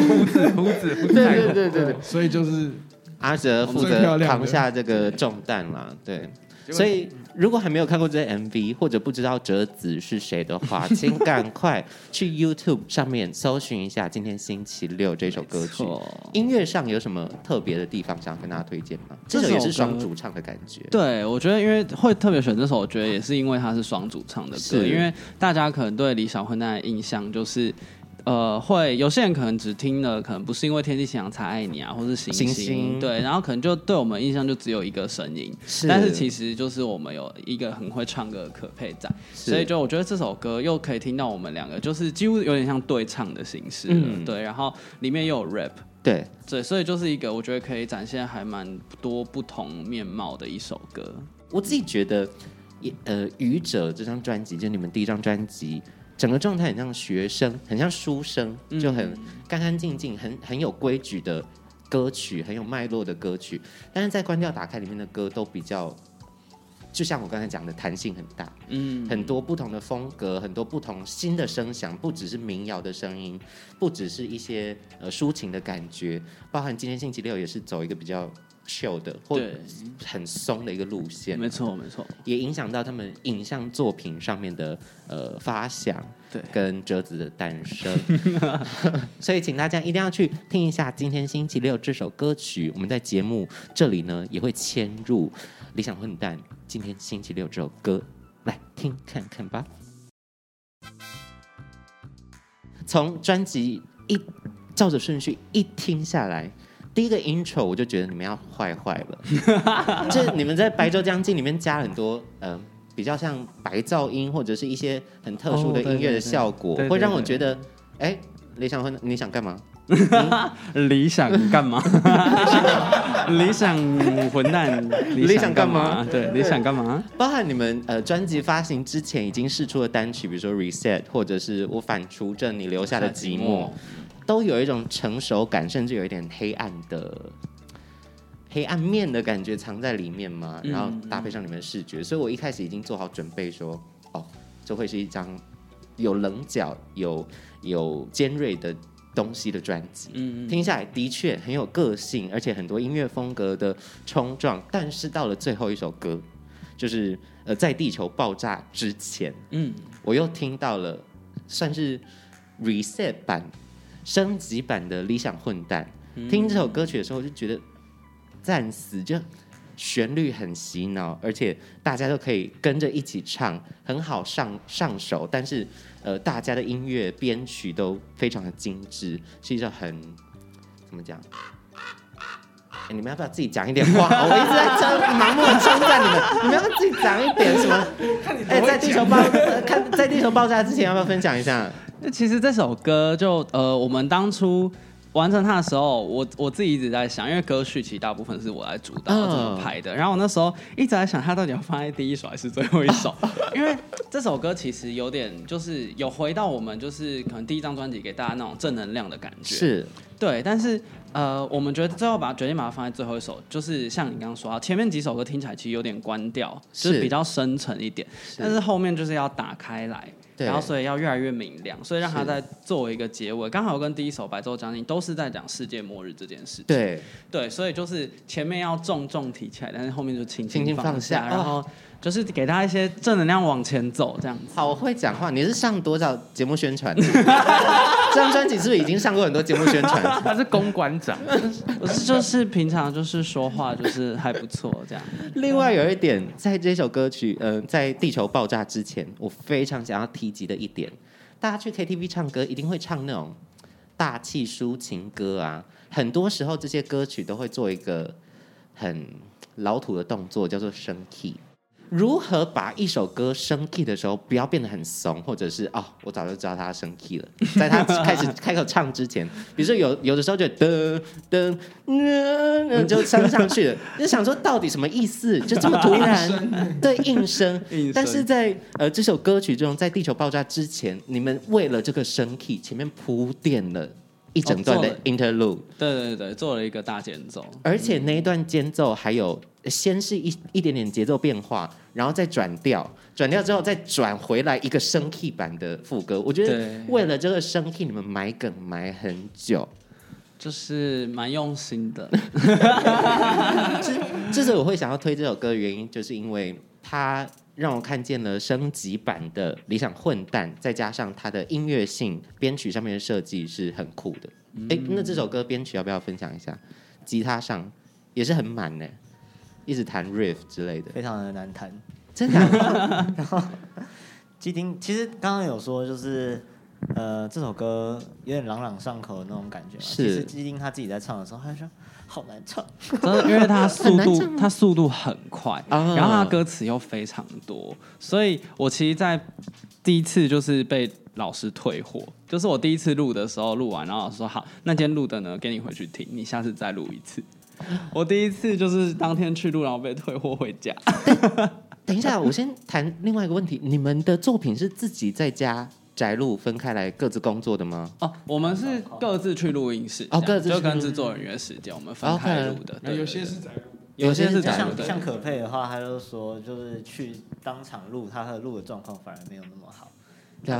B: 胡子胡子胡子太
D: 对对对对对，
C: 所以就是
D: 阿哲负
C: 最漂
D: 责
C: 亮的
D: 扛下这个重担啦，对。所以，如果还没有看过这 MV，或者不知道折子是谁的话，请赶快去 YouTube 上面搜寻一下《今天星期六》这首歌曲。音乐上有什么特别的地方想跟大家推荐吗？这
A: 这
D: 首也是
A: 首歌
D: 双主唱的感觉，
A: 对，我觉得因为会特别选这首，我觉得也是因为它是双主唱的歌，
D: 是
A: 因为大家可能对李小混蛋的印象就是。呃，会有些人可能只听了，可能不是因为天气晴朗才爱你啊，或是行
D: 行星
A: 对，然后可能就对我们印象就只有一个声音，
D: 是
A: 但是其实就是我们有一个很会唱歌的可佩在，
D: 是
A: 所以就我觉得这首歌又可以听到我们两个就是几乎有点像对唱的形式了，
D: 嗯
A: 对，然后里面又有 rap，
D: 对
A: 对，所以就是一个我觉得可以展现还蛮多不同面貌的一首歌。
D: 我自己觉得，也呃，《愚者》这张专辑，就你们第一张专辑，整个状态很像学生，很像书生，就很
A: 嗯
D: 干干净净，很很有规矩的歌曲，很有脉络的歌曲。但是在关掉、打开里面的歌都比较，就像我刚才讲的，弹性很大，
A: 嗯，
D: 很多不同的风格，很多不同新的声响，不只是民谣的声音，不只是一些呃抒情的感觉，包含今天星期六也是走一个比较。秀的或
A: 对，
D: 很松的一个路线，
A: 没错没错，
D: 也影响到他们影像作品上面的呃发想，
A: 对
D: 跟折子的诞生。 <laughs> 所以，请大家一定要去听一下今天星期六这首歌曲。我们在节目这里呢也会嵌入《理想混蛋》今天星期六这首歌，来听看看吧。从专辑一照着顺序一听下来。第一个 intro 我就觉得你们要坏坏了，
E: <laughs>
D: 就是你们在《白昼将近》里面加了很多呃比较像白噪音或者是一些很特殊的
E: 哦对
D: 音乐的
E: 对对
D: 效果，
E: 对对
D: 会让我
E: 对
D: 觉得，哎、理想混，你想干嘛？
A: 理想干
D: <laughs>
A: 嘛？理想混蛋，
D: 理想干嘛
A: 嘛？对，理想干嘛？
D: 包含你们呃专辑发行之前已经试出的单曲，比如说《Reset》或者是我反刍着你留下的寂寞，都有一种成熟感，甚至有一点黑暗的黑暗面的感觉藏在里面嘛。
A: 嗯
D: 然后搭配上你们的视觉，所以我一开始已经做好准备说，哦，这会是一张有棱角、有有尖锐的东西的专辑。
A: 嗯，嗯
D: 听下来的确很有个性，而且很多音乐风格的冲撞。但是到了最后一首歌，就是呃，在地球爆炸之前，
A: 嗯，
D: 我又听到了算是 reset 版、升级版的《理想混蛋》。
A: 嗯
D: 听这首歌曲的时候，我就觉得暂时就旋律很洗脑，而且大家都可以跟着一起唱，很好上上手。但是呃，大家的音乐编曲都非常的精致，是一首很怎么讲？欸你们要不要自己讲一点话？我一直在称盲目地称赞你们，你们要不要自己讲一点什么？哎、在地球爆呃看在地球爆炸之前，要不要分享一下？
A: 那其实这首歌就呃，我们当初完成它的时候，我我自己一直在想，因为歌序其实大部分是我来主导
D: 嗯
A: 怎么排的。然后我那时候一直在想，它到底要放在第一首还是最后一首？因为这首歌其实有点就是有回到我们就是可能第一张专辑给大家那种正能量的感觉，
D: 是
A: 对。但是呃，我们觉得最后把决定把它放在最后一首，就是像你刚刚说啊到，前面几首歌听起来其实有点关掉，就是
D: 是
A: 比较深沉一点，但是后面就是要打开来。
D: 对
A: 然后所以要越来越明亮，所以让它
D: 是
A: 在作为一个结尾，刚好跟第一首《白昼将近》都是在讲世界末日这件事情。
D: 对，
A: 对所以就是前面要重重提起来，但是后面就轻
D: 轻轻放
A: 放
D: 下哦
A: 然后就是给他一些正能量往前走
D: <laughs>
A: 这样子。
D: 好会讲话。你是上多少节目宣传？ <laughs> 这张专辑是不是已经上过很多节目宣传？
B: 他是公馆长，
A: 我是就是平常就是说话就是还不错这样。
D: 另外有一点，在这首歌曲，呃，在地球爆炸之前，我非常想要提及的一点，大家去 KTV 唱歌一定会唱那种大气抒情歌啊，很多时候这些歌曲都会做一个很老土的动作，叫做升 key。如何把一首歌升 key 的时候，不要变得很怂，或者是哦，我早就知道他升 key 了，在他开始开口唱之前，比如说有有的时候就噔噔噔噔就升上去了，就想说到底什么意思？就这么突然，对 <laughs> 应声。
A: 硬
D: 但是在呃这首歌曲中，在地球爆炸之前，你们为了这个升 key 前面铺垫了一整段
A: 哦
D: 的 interlude，、
A: 对对对，做了一个大减奏，
D: 而且那一段间奏还有先是一一点点节奏变化，然后再转调，转调之后再转回来一个升 key 版的副歌。我觉得
A: 对
D: 为了这个升 key，你们埋梗埋很久。
A: 就是蛮用心的。
D: 之所以我会想要推这首歌的原因，就是因为它让我看见了升级版的理想混蛋，再加上它的音乐性、编曲上面的设计是很酷的。哎、那这首歌编曲要不要分享一下？吉他上也是很满呢、一直弹 riff 之类的。
G: 非常的难弹。
D: <laughs> 真的、啊，
G: <laughs> 基丁其实刚刚有说，就是呃，这首歌有点朗朗上口的那种感觉嘛。
D: 是
G: 其实基丁他自己在唱的时候，他就说好难唱，
A: 真的，因为它速
D: 难
A: 度
D: 唱吗
A: 它速度很快，
D: 啊
A: 然后它歌词又非常多，所以我其实，在第一次就是被老师退货，就是我第一次录的时候录完，然后老师说好，那今天录的呢，给你回去听，你下次再录一次。我第一次就是当天去录，然后被退货回家。
D: 等一下，我先谈另外一个问题：你们的作品是自己在家宅录分开来各自工作的吗？
A: 哦，我们是各自去录音室，
D: 哦
A: 这样
D: 各自去
A: 就跟
D: 录音
A: 制作人约时间，我们分开
D: OK
A: 录的。
C: 那
A: 对
C: 哎有
A: 对
C: 些
A: 对
C: 是宅录，
A: 有些是
G: 就
A: 假录
G: 像
A: 的，
G: 像可佩的话，他就说就是去当场录，他的录的状况反而没有那么好。
D: 了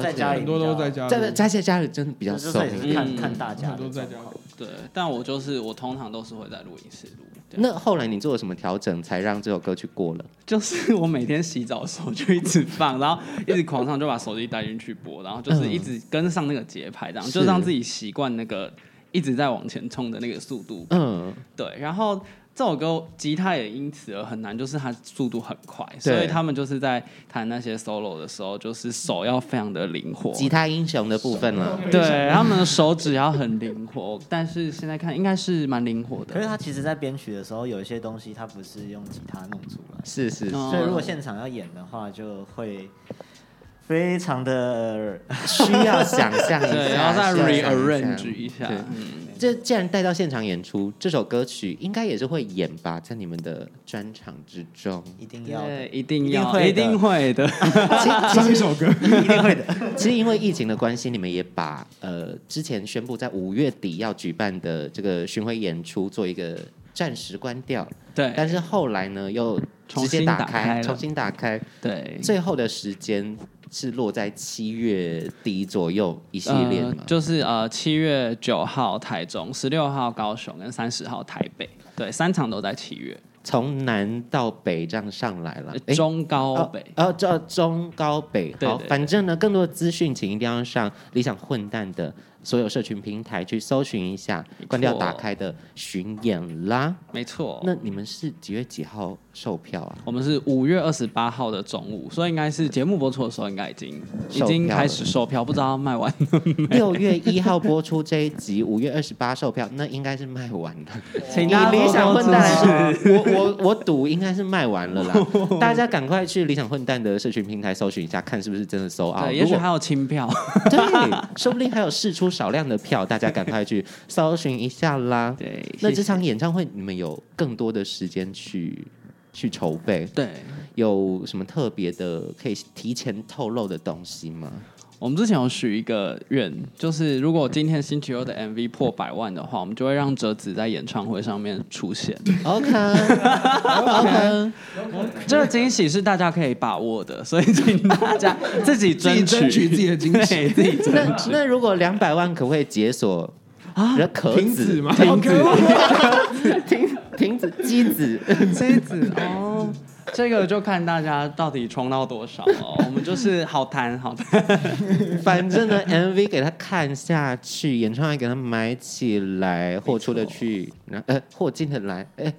G: 在
D: 解
G: 家里
C: 很多都在家录，
D: 在在家里真的比较
G: 就
D: 松
G: 是也是看
A: 嗯
G: 看大家
C: 很多
G: 的
C: 在
G: 状
C: 家
G: 况
C: 录。
A: 对，但我就是我通常都是会在录音室录。对啊
D: 那后来你做了什么调整，才让这首歌去过了？
A: 就是 <laughs> 我每天洗澡的时候就一直放，然后一直狂唱，就把手机带进去播，然后就是
D: 嗯
A: 一直跟上那个节拍，这样、
D: 是
A: 就让自己习惯那个一直在往前冲的那个速度。
D: 嗯，
A: 对，然后这首歌吉他也因此而很难，就是它速度很快，所以他们就是在弹那些 solo 的时候，就是手要非常的灵活。
D: 吉他英雄的部分了。
A: 对，他们的手指要很灵活，但是现在看应该是蛮灵活
G: 可
A: 的
G: 是。他其实，在编曲的时候，有一些东西他不是用吉他弄出来的，
D: 是是，
A: 哦
G: 所以如果现场要演的话，就会非常的呃
A: <laughs>
D: 需要想象一下，
A: 对，然后再
D: 需要想一下
A: rearrange 一下
D: 对。
A: 嗯
D: 这既然带到现场演出，这首歌曲应该也是会演吧，在你们的专场之中。
G: 一定要的，
A: 对，一定
G: 一定
A: 要，
G: 会的
A: 一定会的。
C: 上一首歌，
G: 一定会的。
D: 其实因为疫情的关系，你们也把呃之前宣布在五月底要举办的这个巡回演出做一个暂时关掉，
A: <laughs> 对，
D: 但是后来呢又直接打开，重
A: 重
D: 新打开，
A: 对，
D: 最后的时间是落在七月底左右一系列
A: 呃
D: 嘛，。
A: 就是呃，七月九号台中，十六号高雄，跟三十号台北，对，三场都在七月，
D: 从南到北这样上来了，
A: 呃
D: 啊诶
A: 中高北。
D: 哦，叫中高北。
A: 对
D: 好，
A: 对对
D: 反正呢，更多的资讯请一定要上理想混蛋的所有社群平台去搜寻一下，关掉打开的巡演啦。
A: 没错。
D: 那你们是几月几号售票啊？ <laughs>
A: 我们是五月二十八号的中午，所以应该是节目播出的时候，应该已经已
D: 售
A: 经
D: 票
A: 开
D: 了
A: 始售票，不知道卖完
D: 六月一号播出这一集，五月二十八售票，那应该是卖完了。
A: <laughs> 请
D: 以
A: 大家
D: 理
A: 多
D: 想
A: 多
D: 混
A: 支
D: 蛋
A: 持 <laughs>
D: 来说，我我我赌应该是卖完了啦，大家赶快去理想混蛋的社群平台搜寻一下，看是不是真的搜啊。
A: 对，也许
D: 如
A: 还
D: 果
A: 有清票。
D: <laughs> 对，说不定还有试出少量的票，大家赶快去搜寻一下 <laughs> 啦。
A: 对，
D: 那
A: 谢谢
D: 这场演唱会你们有更多的时间去去筹备，
A: 对。
D: 有什么特别的可以提前透露的东西吗？
A: 我们之前有许一个愿，就是如果今天星期六的 MV 破百万的话，我们就会让哲子在演唱会上面出现。
D: <laughs> OK OK，
A: 这个惊喜是大家可以把握的，所以请大家自己争取
C: 自己
D: <laughs>
C: 争取自己的惊喜
A: 对自己争
D: 那那如果两百万可不可以解锁啊？壳
C: 停止
D: 子
C: 吗？
A: 停止
D: <laughs> 停停止机 <laughs> 子，
A: 这子哦。这个就看大家到底冲到多少
D: <laughs>
A: 哦，我们就是好谈好谈。
D: 反正呢 MV 给他看下去，演唱会给他买起来，货出的去，然后呃货进的来，哎、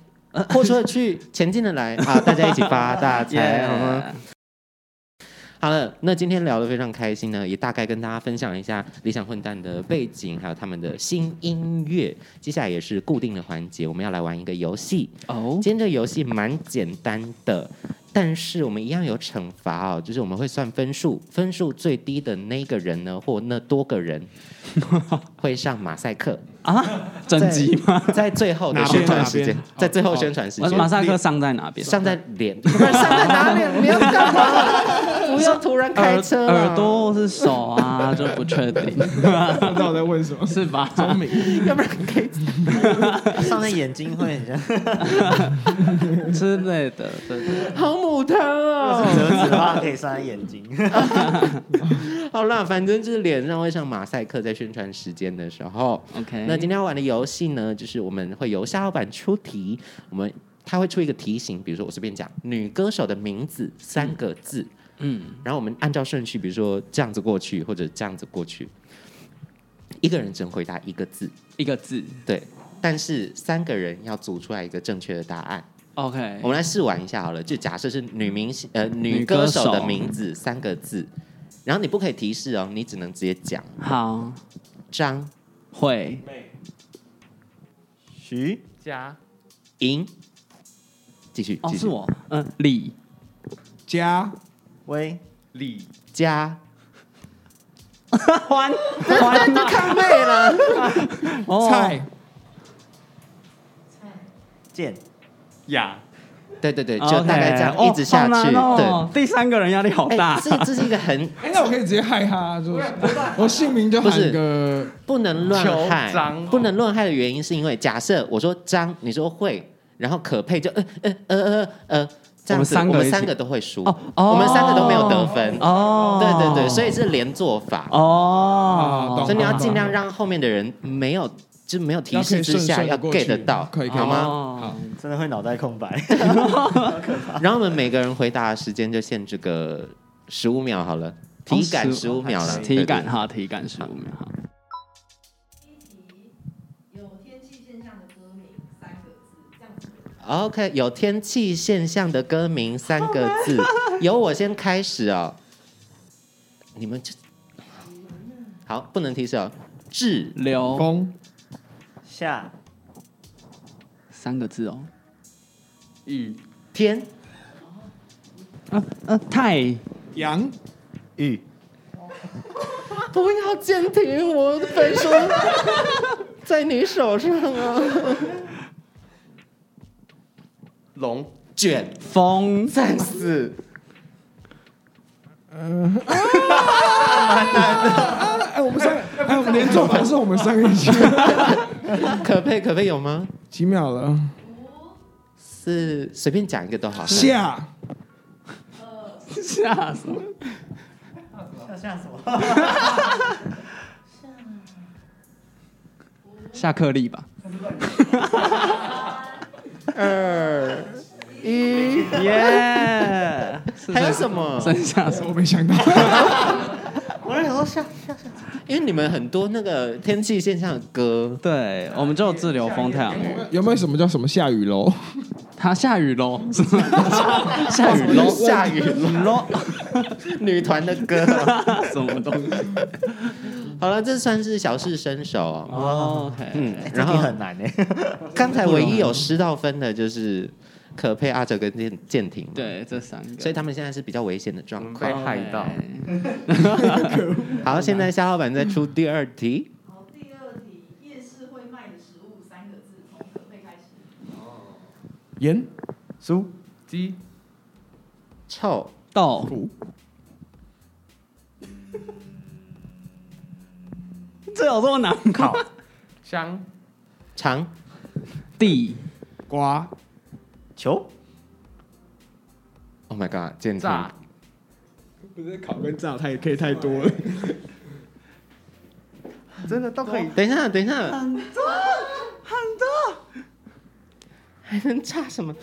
D: 货出的去，钱进的来，好，大家一起发大财
A: <laughs> Yeah
D: 好吗？好了，那今天聊得非常开心呢，也大概跟大家分享一下理想混蛋的背景，还有他们的新音乐。接下来也是固定的环节，我们要来玩一个游戏。
A: 哦，
D: 今天这个游戏蛮简单的，但是我们一样有惩罚哦，就是我们会算分数，分数最低的那个人呢，或那多个人会上马赛克，
A: 啊整集吗？
D: 在最后的
C: 哪
D: 宣
C: 边
D: 传
C: 哪
D: 时间
C: 边，
D: 在最后宣传时
A: 马哦
D: 间，
A: 马赛克上在哪边？
D: 上在脸，不是上在哪里？你要干嘛？不要突然开
A: 耳
D: 车啊
A: 耳，朵或是手啊，就不确
D: <laughs>
A: 定，
C: 不知道我在问 <laughs> 什么。
A: 是吧？
D: 要不然可以
G: 上在眼睛会很像
A: 之类的，对对。
D: 好母汤哦。
G: 折纸的话，可以上在眼睛。
A: <laughs>
D: 好啦，反正就是脸上会上马赛克，在宣传时间的时候。
A: OK，
D: 那今天要玩的游戏呢，就是我们会由夏老板出题，我们他会出一个题型，比如说我随便讲女歌手的名字三个字，
A: 嗯，
D: 然后我们按照顺序，比如说这样子过去，或者这样子过去，一个人只能回答一个字，
A: 一个字
D: 对。但是三个人要组出来一个正确的答案。
A: ，OK，
D: 我们来试玩一下好了，就假设是女明星呃女
A: 女歌
D: 歌手的
A: 手
D: 名字三个字，然后你不可以提示哦，你只能直接讲
A: 好，
D: 张
A: 会
G: 徐
B: 加
D: 莹。继续，
A: 哦，
D: 继续
A: 是我，嗯，李
C: 加
G: 威
B: 李
D: 加
A: 欢欢
D: 康妹了，
A: <laughs> 哦
C: 菜
G: 健
B: 雅
D: 对对对，就大概这样
A: 哦
D: 一直下去，
A: 对，第三个人压力好
D: 对。哎
A: 大，，
D: 这这是一个很
C: 哎、那我可以直接害他，就是我姓名就
D: 不是
C: 喊个
D: 不能乱
B: 求
D: 害
B: 张，
D: 不能乱害的原因是因为，假设我说张，你说会，然后可佩就呃呃呃呃呃，这样子
A: 我们三个
D: 我
A: 一起
D: 们三个都会输，
A: 哦哦
D: 我们三个都没有得分，
A: 哦，
D: 对对对，所以是连做法，
C: 啊，
A: 哦
C: 懂
D: 所以你要
C: 懂
D: 尽量让后面的人没有就没有提示之下要
C: 要可以
D: get
C: 顺
D: 得
C: 顺地过去
D: 到，
C: 可以可以
D: 好吗？
A: 哦
G: 真的会脑袋空白。
A: 嗯
D: 然后我们每个人回答的时间就限制个十五秒好了，
A: 哦
D: 体感十五秒了，对
A: 体
D: 对
A: 感哈，体感十五秒哈，
D: 嗯
H: 有天气现象的歌名三个字，这样子。
D: OK，有天气现象的歌名三个字，由我先开始哦。你们就好，不能提示哦。志
A: 刘
C: 风
G: 下
A: 三个字哦，
B: 雨
D: 天
A: 呃呃，太
C: 杨
G: 玉
D: 不要监听我的分数在你手上啊！
B: 龙
D: 卷
A: 风
D: 战死，
C: 哎、我们三个，哎、我们连做法是我们三个一起， <laughs>
D: 可佩可佩有吗？
C: 几秒了，
D: 是随便讲一个都好。
C: 下
A: 吓死我，
G: 要下什么？
A: 夏克立吧，
D: 二一，
A: 耶，
D: 还有什么？
A: 剩下什么？
C: 我没想到，
G: 我在想说下下下，
D: 因为你们很多那个天气现象的歌，
A: 对，我们就有自流风太阳雨，
C: 有没有什么叫什么下雨楼？
A: 它下雨 <laughs> 喽，是吗下雨喽，
D: 下雨喽，
A: 喽，
D: 女团的歌。
A: 什么东西？
D: 好了，这算是小试身手哦。
A: 哦，OK，
D: 嗯，
G: 哎这
D: 然
G: 题
D: 后
G: 很难呢。欸
D: 刚才唯一有失到分的就是可佩、阿哲跟舰舰艇，，
A: 对，这三个，
D: 所以他们现在是比较危险的状
B: 被
D: 况。
B: 害到，
D: 好，现在夏老板在出第二题，
H: 好，第二题，夜市会卖的食物三个字，从可贝开始。
C: 盐
B: 苏鸡
D: 臭
A: 豆这有这么难吗？
B: 烤香
D: 长
A: 地
C: 瓜
G: 球
D: ，Oh my God，舰艇
B: 炸
C: 不是考跟炸太可以太多了，
B: <laughs> 真的都可以
D: 等一下，等一下，很多很多，还能差什么？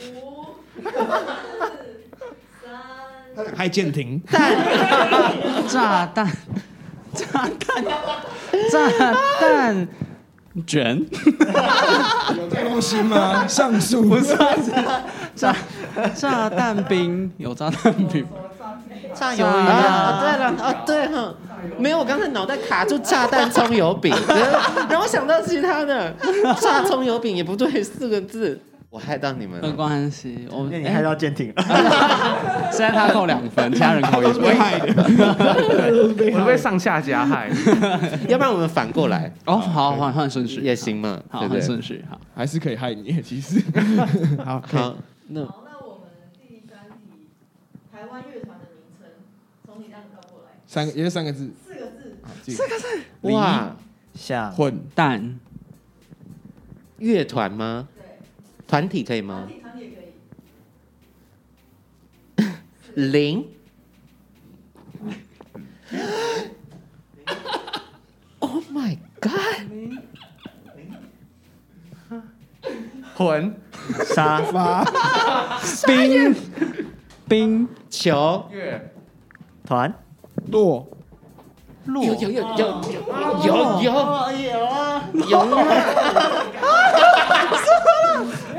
C: 还舰艇
A: 炸弹，炸弹，炸弹卷，
C: 有这东西 <laughs> 吗？上诉不是啊
A: 炸炸弹兵有炸弹兵，
D: 炸
A: 鱿鱼啊
D: 啊！对了，啊对哈，没有，我刚才脑袋卡住炸弹葱 <laughs> 油饼，然后然后想到其他的，炸葱油饼也不对，四个字，我害到你
A: <laughs>
D: 们
A: 没
D: 了。
A: 关系，我们
G: 那你
A: 哎
G: 害到舰艇了，
C: <laughs>
A: 现在他扣两
D: <laughs>
A: 分，其他人扣一分。
G: <laughs>
B: 我会上下加害。
D: <laughs> 要不然我们反过来
A: 哦，好，换换顺序
D: 也，行嘛，
A: 好，好
D: 对不
A: 换
D: 对？
A: 顺序，好。
C: 还是可以害你，其实。好，可以
D: 好，那
H: 好，那我们第三题，台湾乐团的名称，从你那里倒过来，
C: 三个也是三个字，
H: 四个字，
D: 哇，
G: 像
C: 混
A: 蛋
D: 乐团吗？
H: 对，
D: 团体可以
H: 团
D: 吗？
H: 体团体也可以，
D: 零。Oh my god！
B: 魂
G: 沙发
A: 冰冰
D: 球
B: 乐
G: 团
C: 落
D: 有有有有有有
C: 哦
D: 有有啊！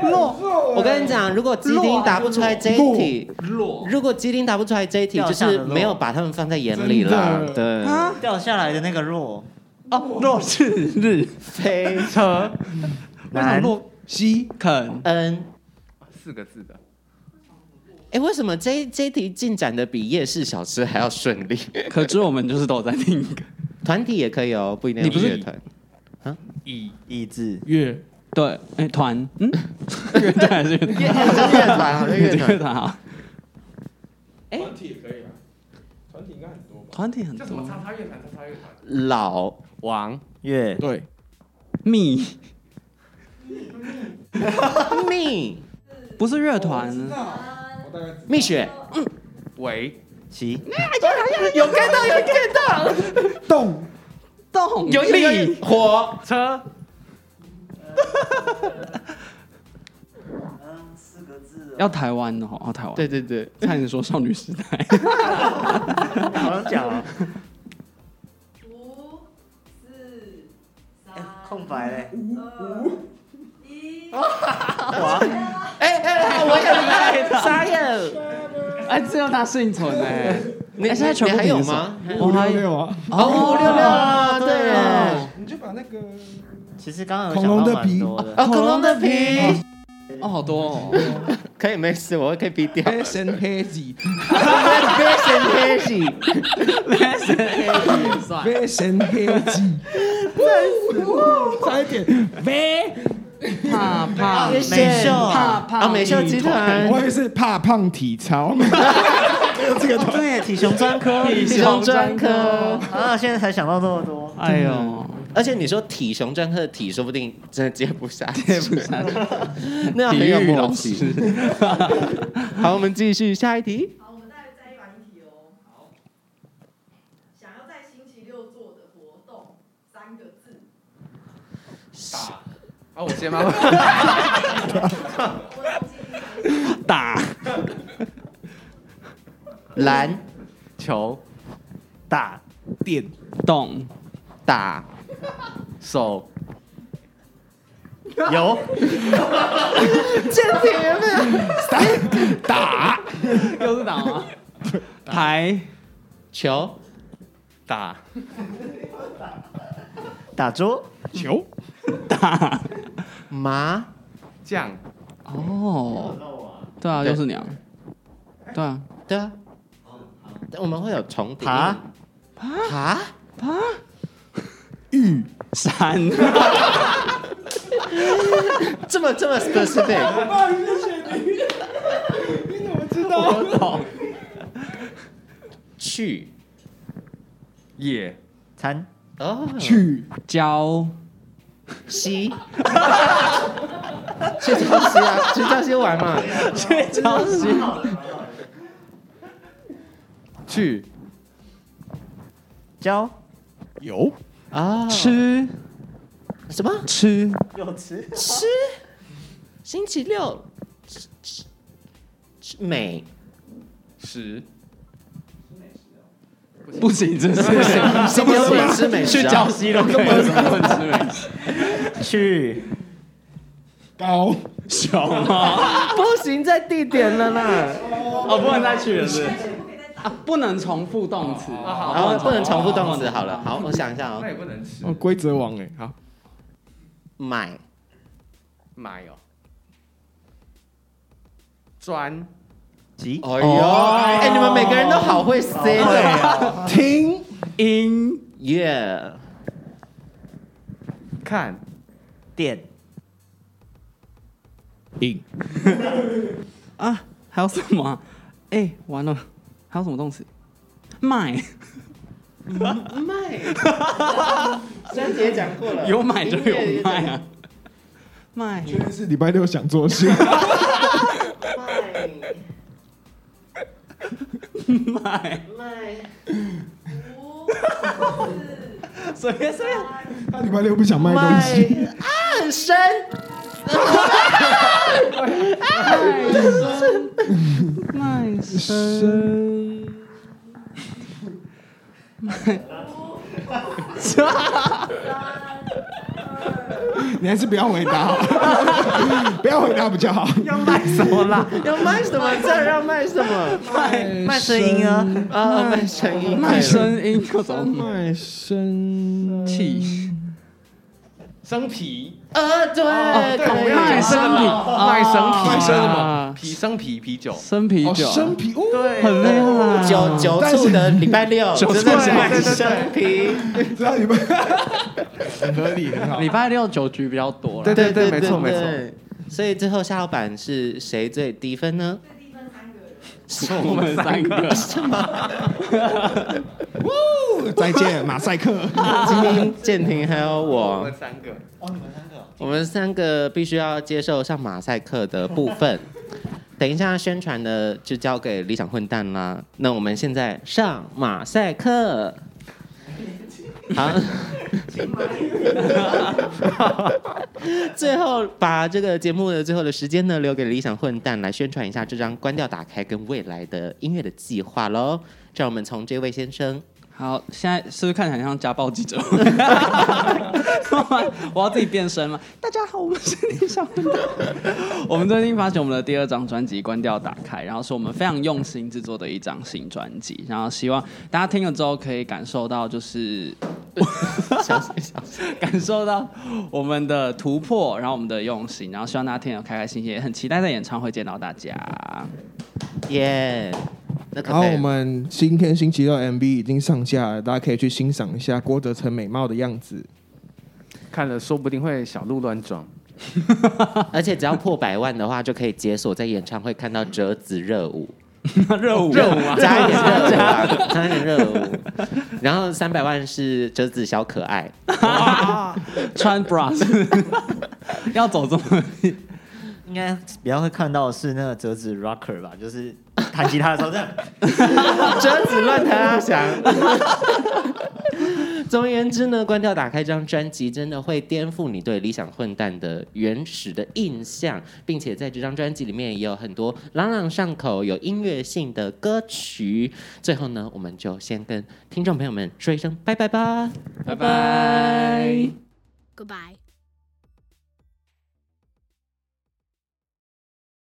C: <laughs> 落
D: 我跟你讲，如果基丁答不出来这一题，如果基丁答不出来这一题，就是没有把他们放在眼里啦。
C: 真
D: 对，
G: 掉下来的那个落
A: 哦，弱智日
D: 飞
B: 车
G: 男
A: 落西肯
D: 恩。
B: 四个字的，
D: 哎，嗯为什么这一这一题进展的比夜市小吃还要顺利？ <laughs>
A: 可知我们就是都有在听歌，
D: 团体也可以哦，不一定
A: 你不是
D: 乐团。
G: 意志
C: 月
A: 对，哎团，嗯，乐队还是乐
D: <laughs> 乐好像乐团，好像乐
A: 队？乐
D: 团。
A: 团好，
C: 团体也可以啊，团体应该很多吧？
A: 团体很
B: 叫什么
A: 多，
B: 叉叉乐团？叉叉乐团
D: 老
B: 王
G: 乐
C: 对，
A: 蜜
D: 蜜
A: 不是乐团，
C: 我大概知
D: 蜜雪
H: 嗯
B: 维
G: 奇
D: 有看到有看到
C: 动
A: 动
D: 有有有火
B: 车
A: 要台湾哦，要台湾，
D: 对，对对，
A: 差点说少女时代，
G: 好像讲啊，
H: 五、四、
G: 哎
H: 三、
G: 空白哦嘞，
H: 二、一，
D: 哎哎，我想来沙燕，
A: 哎，只有他幸存哎，
D: 你
A: 哎现在全部
D: 你还有
A: 比手
D: 吗？
A: 我还
C: 有啊，
D: 哦，五六六啊，
G: 对
D: 对哦，
C: 你就把那个
G: 其实刚刚有
C: 恐
G: 想
C: 龙
G: 到
C: 的
G: 蛮
C: 皮
G: 多的，
D: 哦恐龙的啊皮
A: 哦，好多哦，
D: 可以没事，我可以逼掉。
C: 黑神黑子，
D: 别生黑喜，
C: 黑神黑子，差一点，
A: 怕怕
D: 谢
G: 美
D: 谢
G: 秀。
A: 怕怕
D: 啊，美秀集团
C: 我以为是怕胖体操，这个团
G: 对，体雄专科，体
D: 体雄专科，
G: 啊，现在才想到这么多，
A: 哎呦，
D: 而且你说体雄专科的体，说不定真的接不下去，
A: 接不下去，
D: <laughs> 那样
A: 体
D: 很有
A: 育
D: 默
A: 老
D: 契。
A: 师。
D: 好，我们继续下一题。
H: 好，我们再再一玩一题哦。好，想要在星期六做的活动，三个字，
B: 啊，我先吗？
H: 我从今天开始，
A: 打
D: 篮
B: 球
G: 打
C: 点
A: 动
D: 打
B: 手
G: <laughs> 有
A: 又是打吗？台
D: 球
B: 打
G: 打桌，
C: 球，
A: 打
D: 麻
B: 酱
A: 哦，对啊，又是娘，对啊，
D: 对啊，但我们会有重叠。
G: 爬
D: 爬
A: 山
D: 这么这么 specific，去
B: 野
G: 餐
D: 哦
C: 去
A: 教
D: 西，去礁溪啊，去礁溪玩嘛。
A: 教西
B: 去
G: 教
C: 有
D: 啊，
A: 吃
D: 什么
A: 吃
G: 有吃
D: 吃？星期六吃吃吃美
B: 食
A: 不行，这是
D: 星期六不能吃美食啊？
A: 西都可以，怎么能吃美食？
G: 去
C: <laughs> 高
A: 小吗？
D: 不行，在地点了啦。
A: 哦，不能再去了，是啊， <laughs> 不能重复动词，
D: 然后不能重复动词，
A: 哦
D: 好了，好，我想一下哦
B: 那，也不能吃
C: 哦，规则王哎，好，
D: 买
B: 买哦专
G: 急哦
D: 哎呦，
B: 哦
D: 哎，你们每个人都好会 say
G: 啊
D: 的，
C: 听
A: 音
D: 耶！
B: 看
G: 电
C: 影
A: 啊，还有什么啊、哎、完了，还有什么东西？卖
D: 卖，珊姐讲过
A: <laughs>
D: 了
A: 有买就有卖啊，卖
C: 确定是礼拜六想做的事，
A: 卖，
H: 五
A: 随便随便。
C: 他礼拜六不想卖东西，
D: 很深，
A: 卖身，
C: 你还是不要回答 <laughs> 好了，不要回答比较好。
D: 要卖什么？这要卖什么？
A: 卖
G: 卖声音啊，
D: 啊，卖声音，
A: 卖声音各种
C: 卖身
A: 气，
B: 生皮，
D: 呃，
A: 哦
D: 对，可以
A: 卖生啤，
B: 卖生皮，
A: 卖生
B: 卖生
A: 什
B: 什
A: 么
B: 么？啤生啤啤酒，
A: 生啤
C: 哦，
A: 酒，啊
C: 生啤哦，
A: 很厉害，
D: 九九处的礼拜六，啊 <laughs> 真的是卖
B: 对对对
D: 生啤，
C: 知道你们 <laughs> 很合理，很好
A: 礼。拜六酒局比较多了
B: 对。对对，没错没错。
D: 对。所以最后夏老板是谁最低分呢？
H: 最低分三个人，
A: 我们三个，
C: 再见，马赛克。 <laughs>
D: 今天建廷还有
B: 我
D: 我
B: 们，三个，
G: 哦，你们三个
D: 我们三个必须要接受上马赛克的部
C: <laughs>
D: 分。等一下宣传的就交给理想混蛋啦。那我们现在上马赛克。好， <laughs> 最后把这个节目的最后的时间呢，留给理想混蛋来宣传一下这张关掉、打开跟未来的音乐的计划喽。让我们从这位先生
A: 好，现在是不是看起来很像家暴记者？ <laughs> 我要自己变身吗？大家好，我们是李小文的。我们最近发行我们的第二张专辑《关掉打开》，然后是我们非常用心制作的一张新专辑，然后希望大家听了之后可以感受到，就是
D: 小心小心
A: <laughs> 感受到我们的突破，然后我们的用心，然后希望大家听得开开心心，也很期待在演唱会见到大家。
D: 耶。那可
C: 然后
D: 菲
C: 我们今天星期六 MV 已经上架了，大家可以去欣赏一下郭德成美貌的样子。
B: 看了说不定会小鹿乱撞。
D: 而且只要破百万的话，就可以解锁在演唱会看到折子热舞，
A: <laughs> 热舞，热舞啊！
D: <laughs> 加一点热舞啊，加一点热舞。然后三百万是折子小可爱，
A: 穿 bra 是不是 <laughs> 要走这么
G: 应该 <laughs> 比较会看到的是那个折子 rocker 吧，就是弹吉他的时候这样。
D: 折子乱弹阿翔。总而言之呢，关掉打开这张专辑，真的会颠覆你对理想混蛋的原始的印象，并且在这张专辑里面也有很多朗朗上口、有音乐性的歌曲。最后呢，我们就先跟听众朋友们说一声拜拜吧。
A: 拜拜。
I: Goodbye.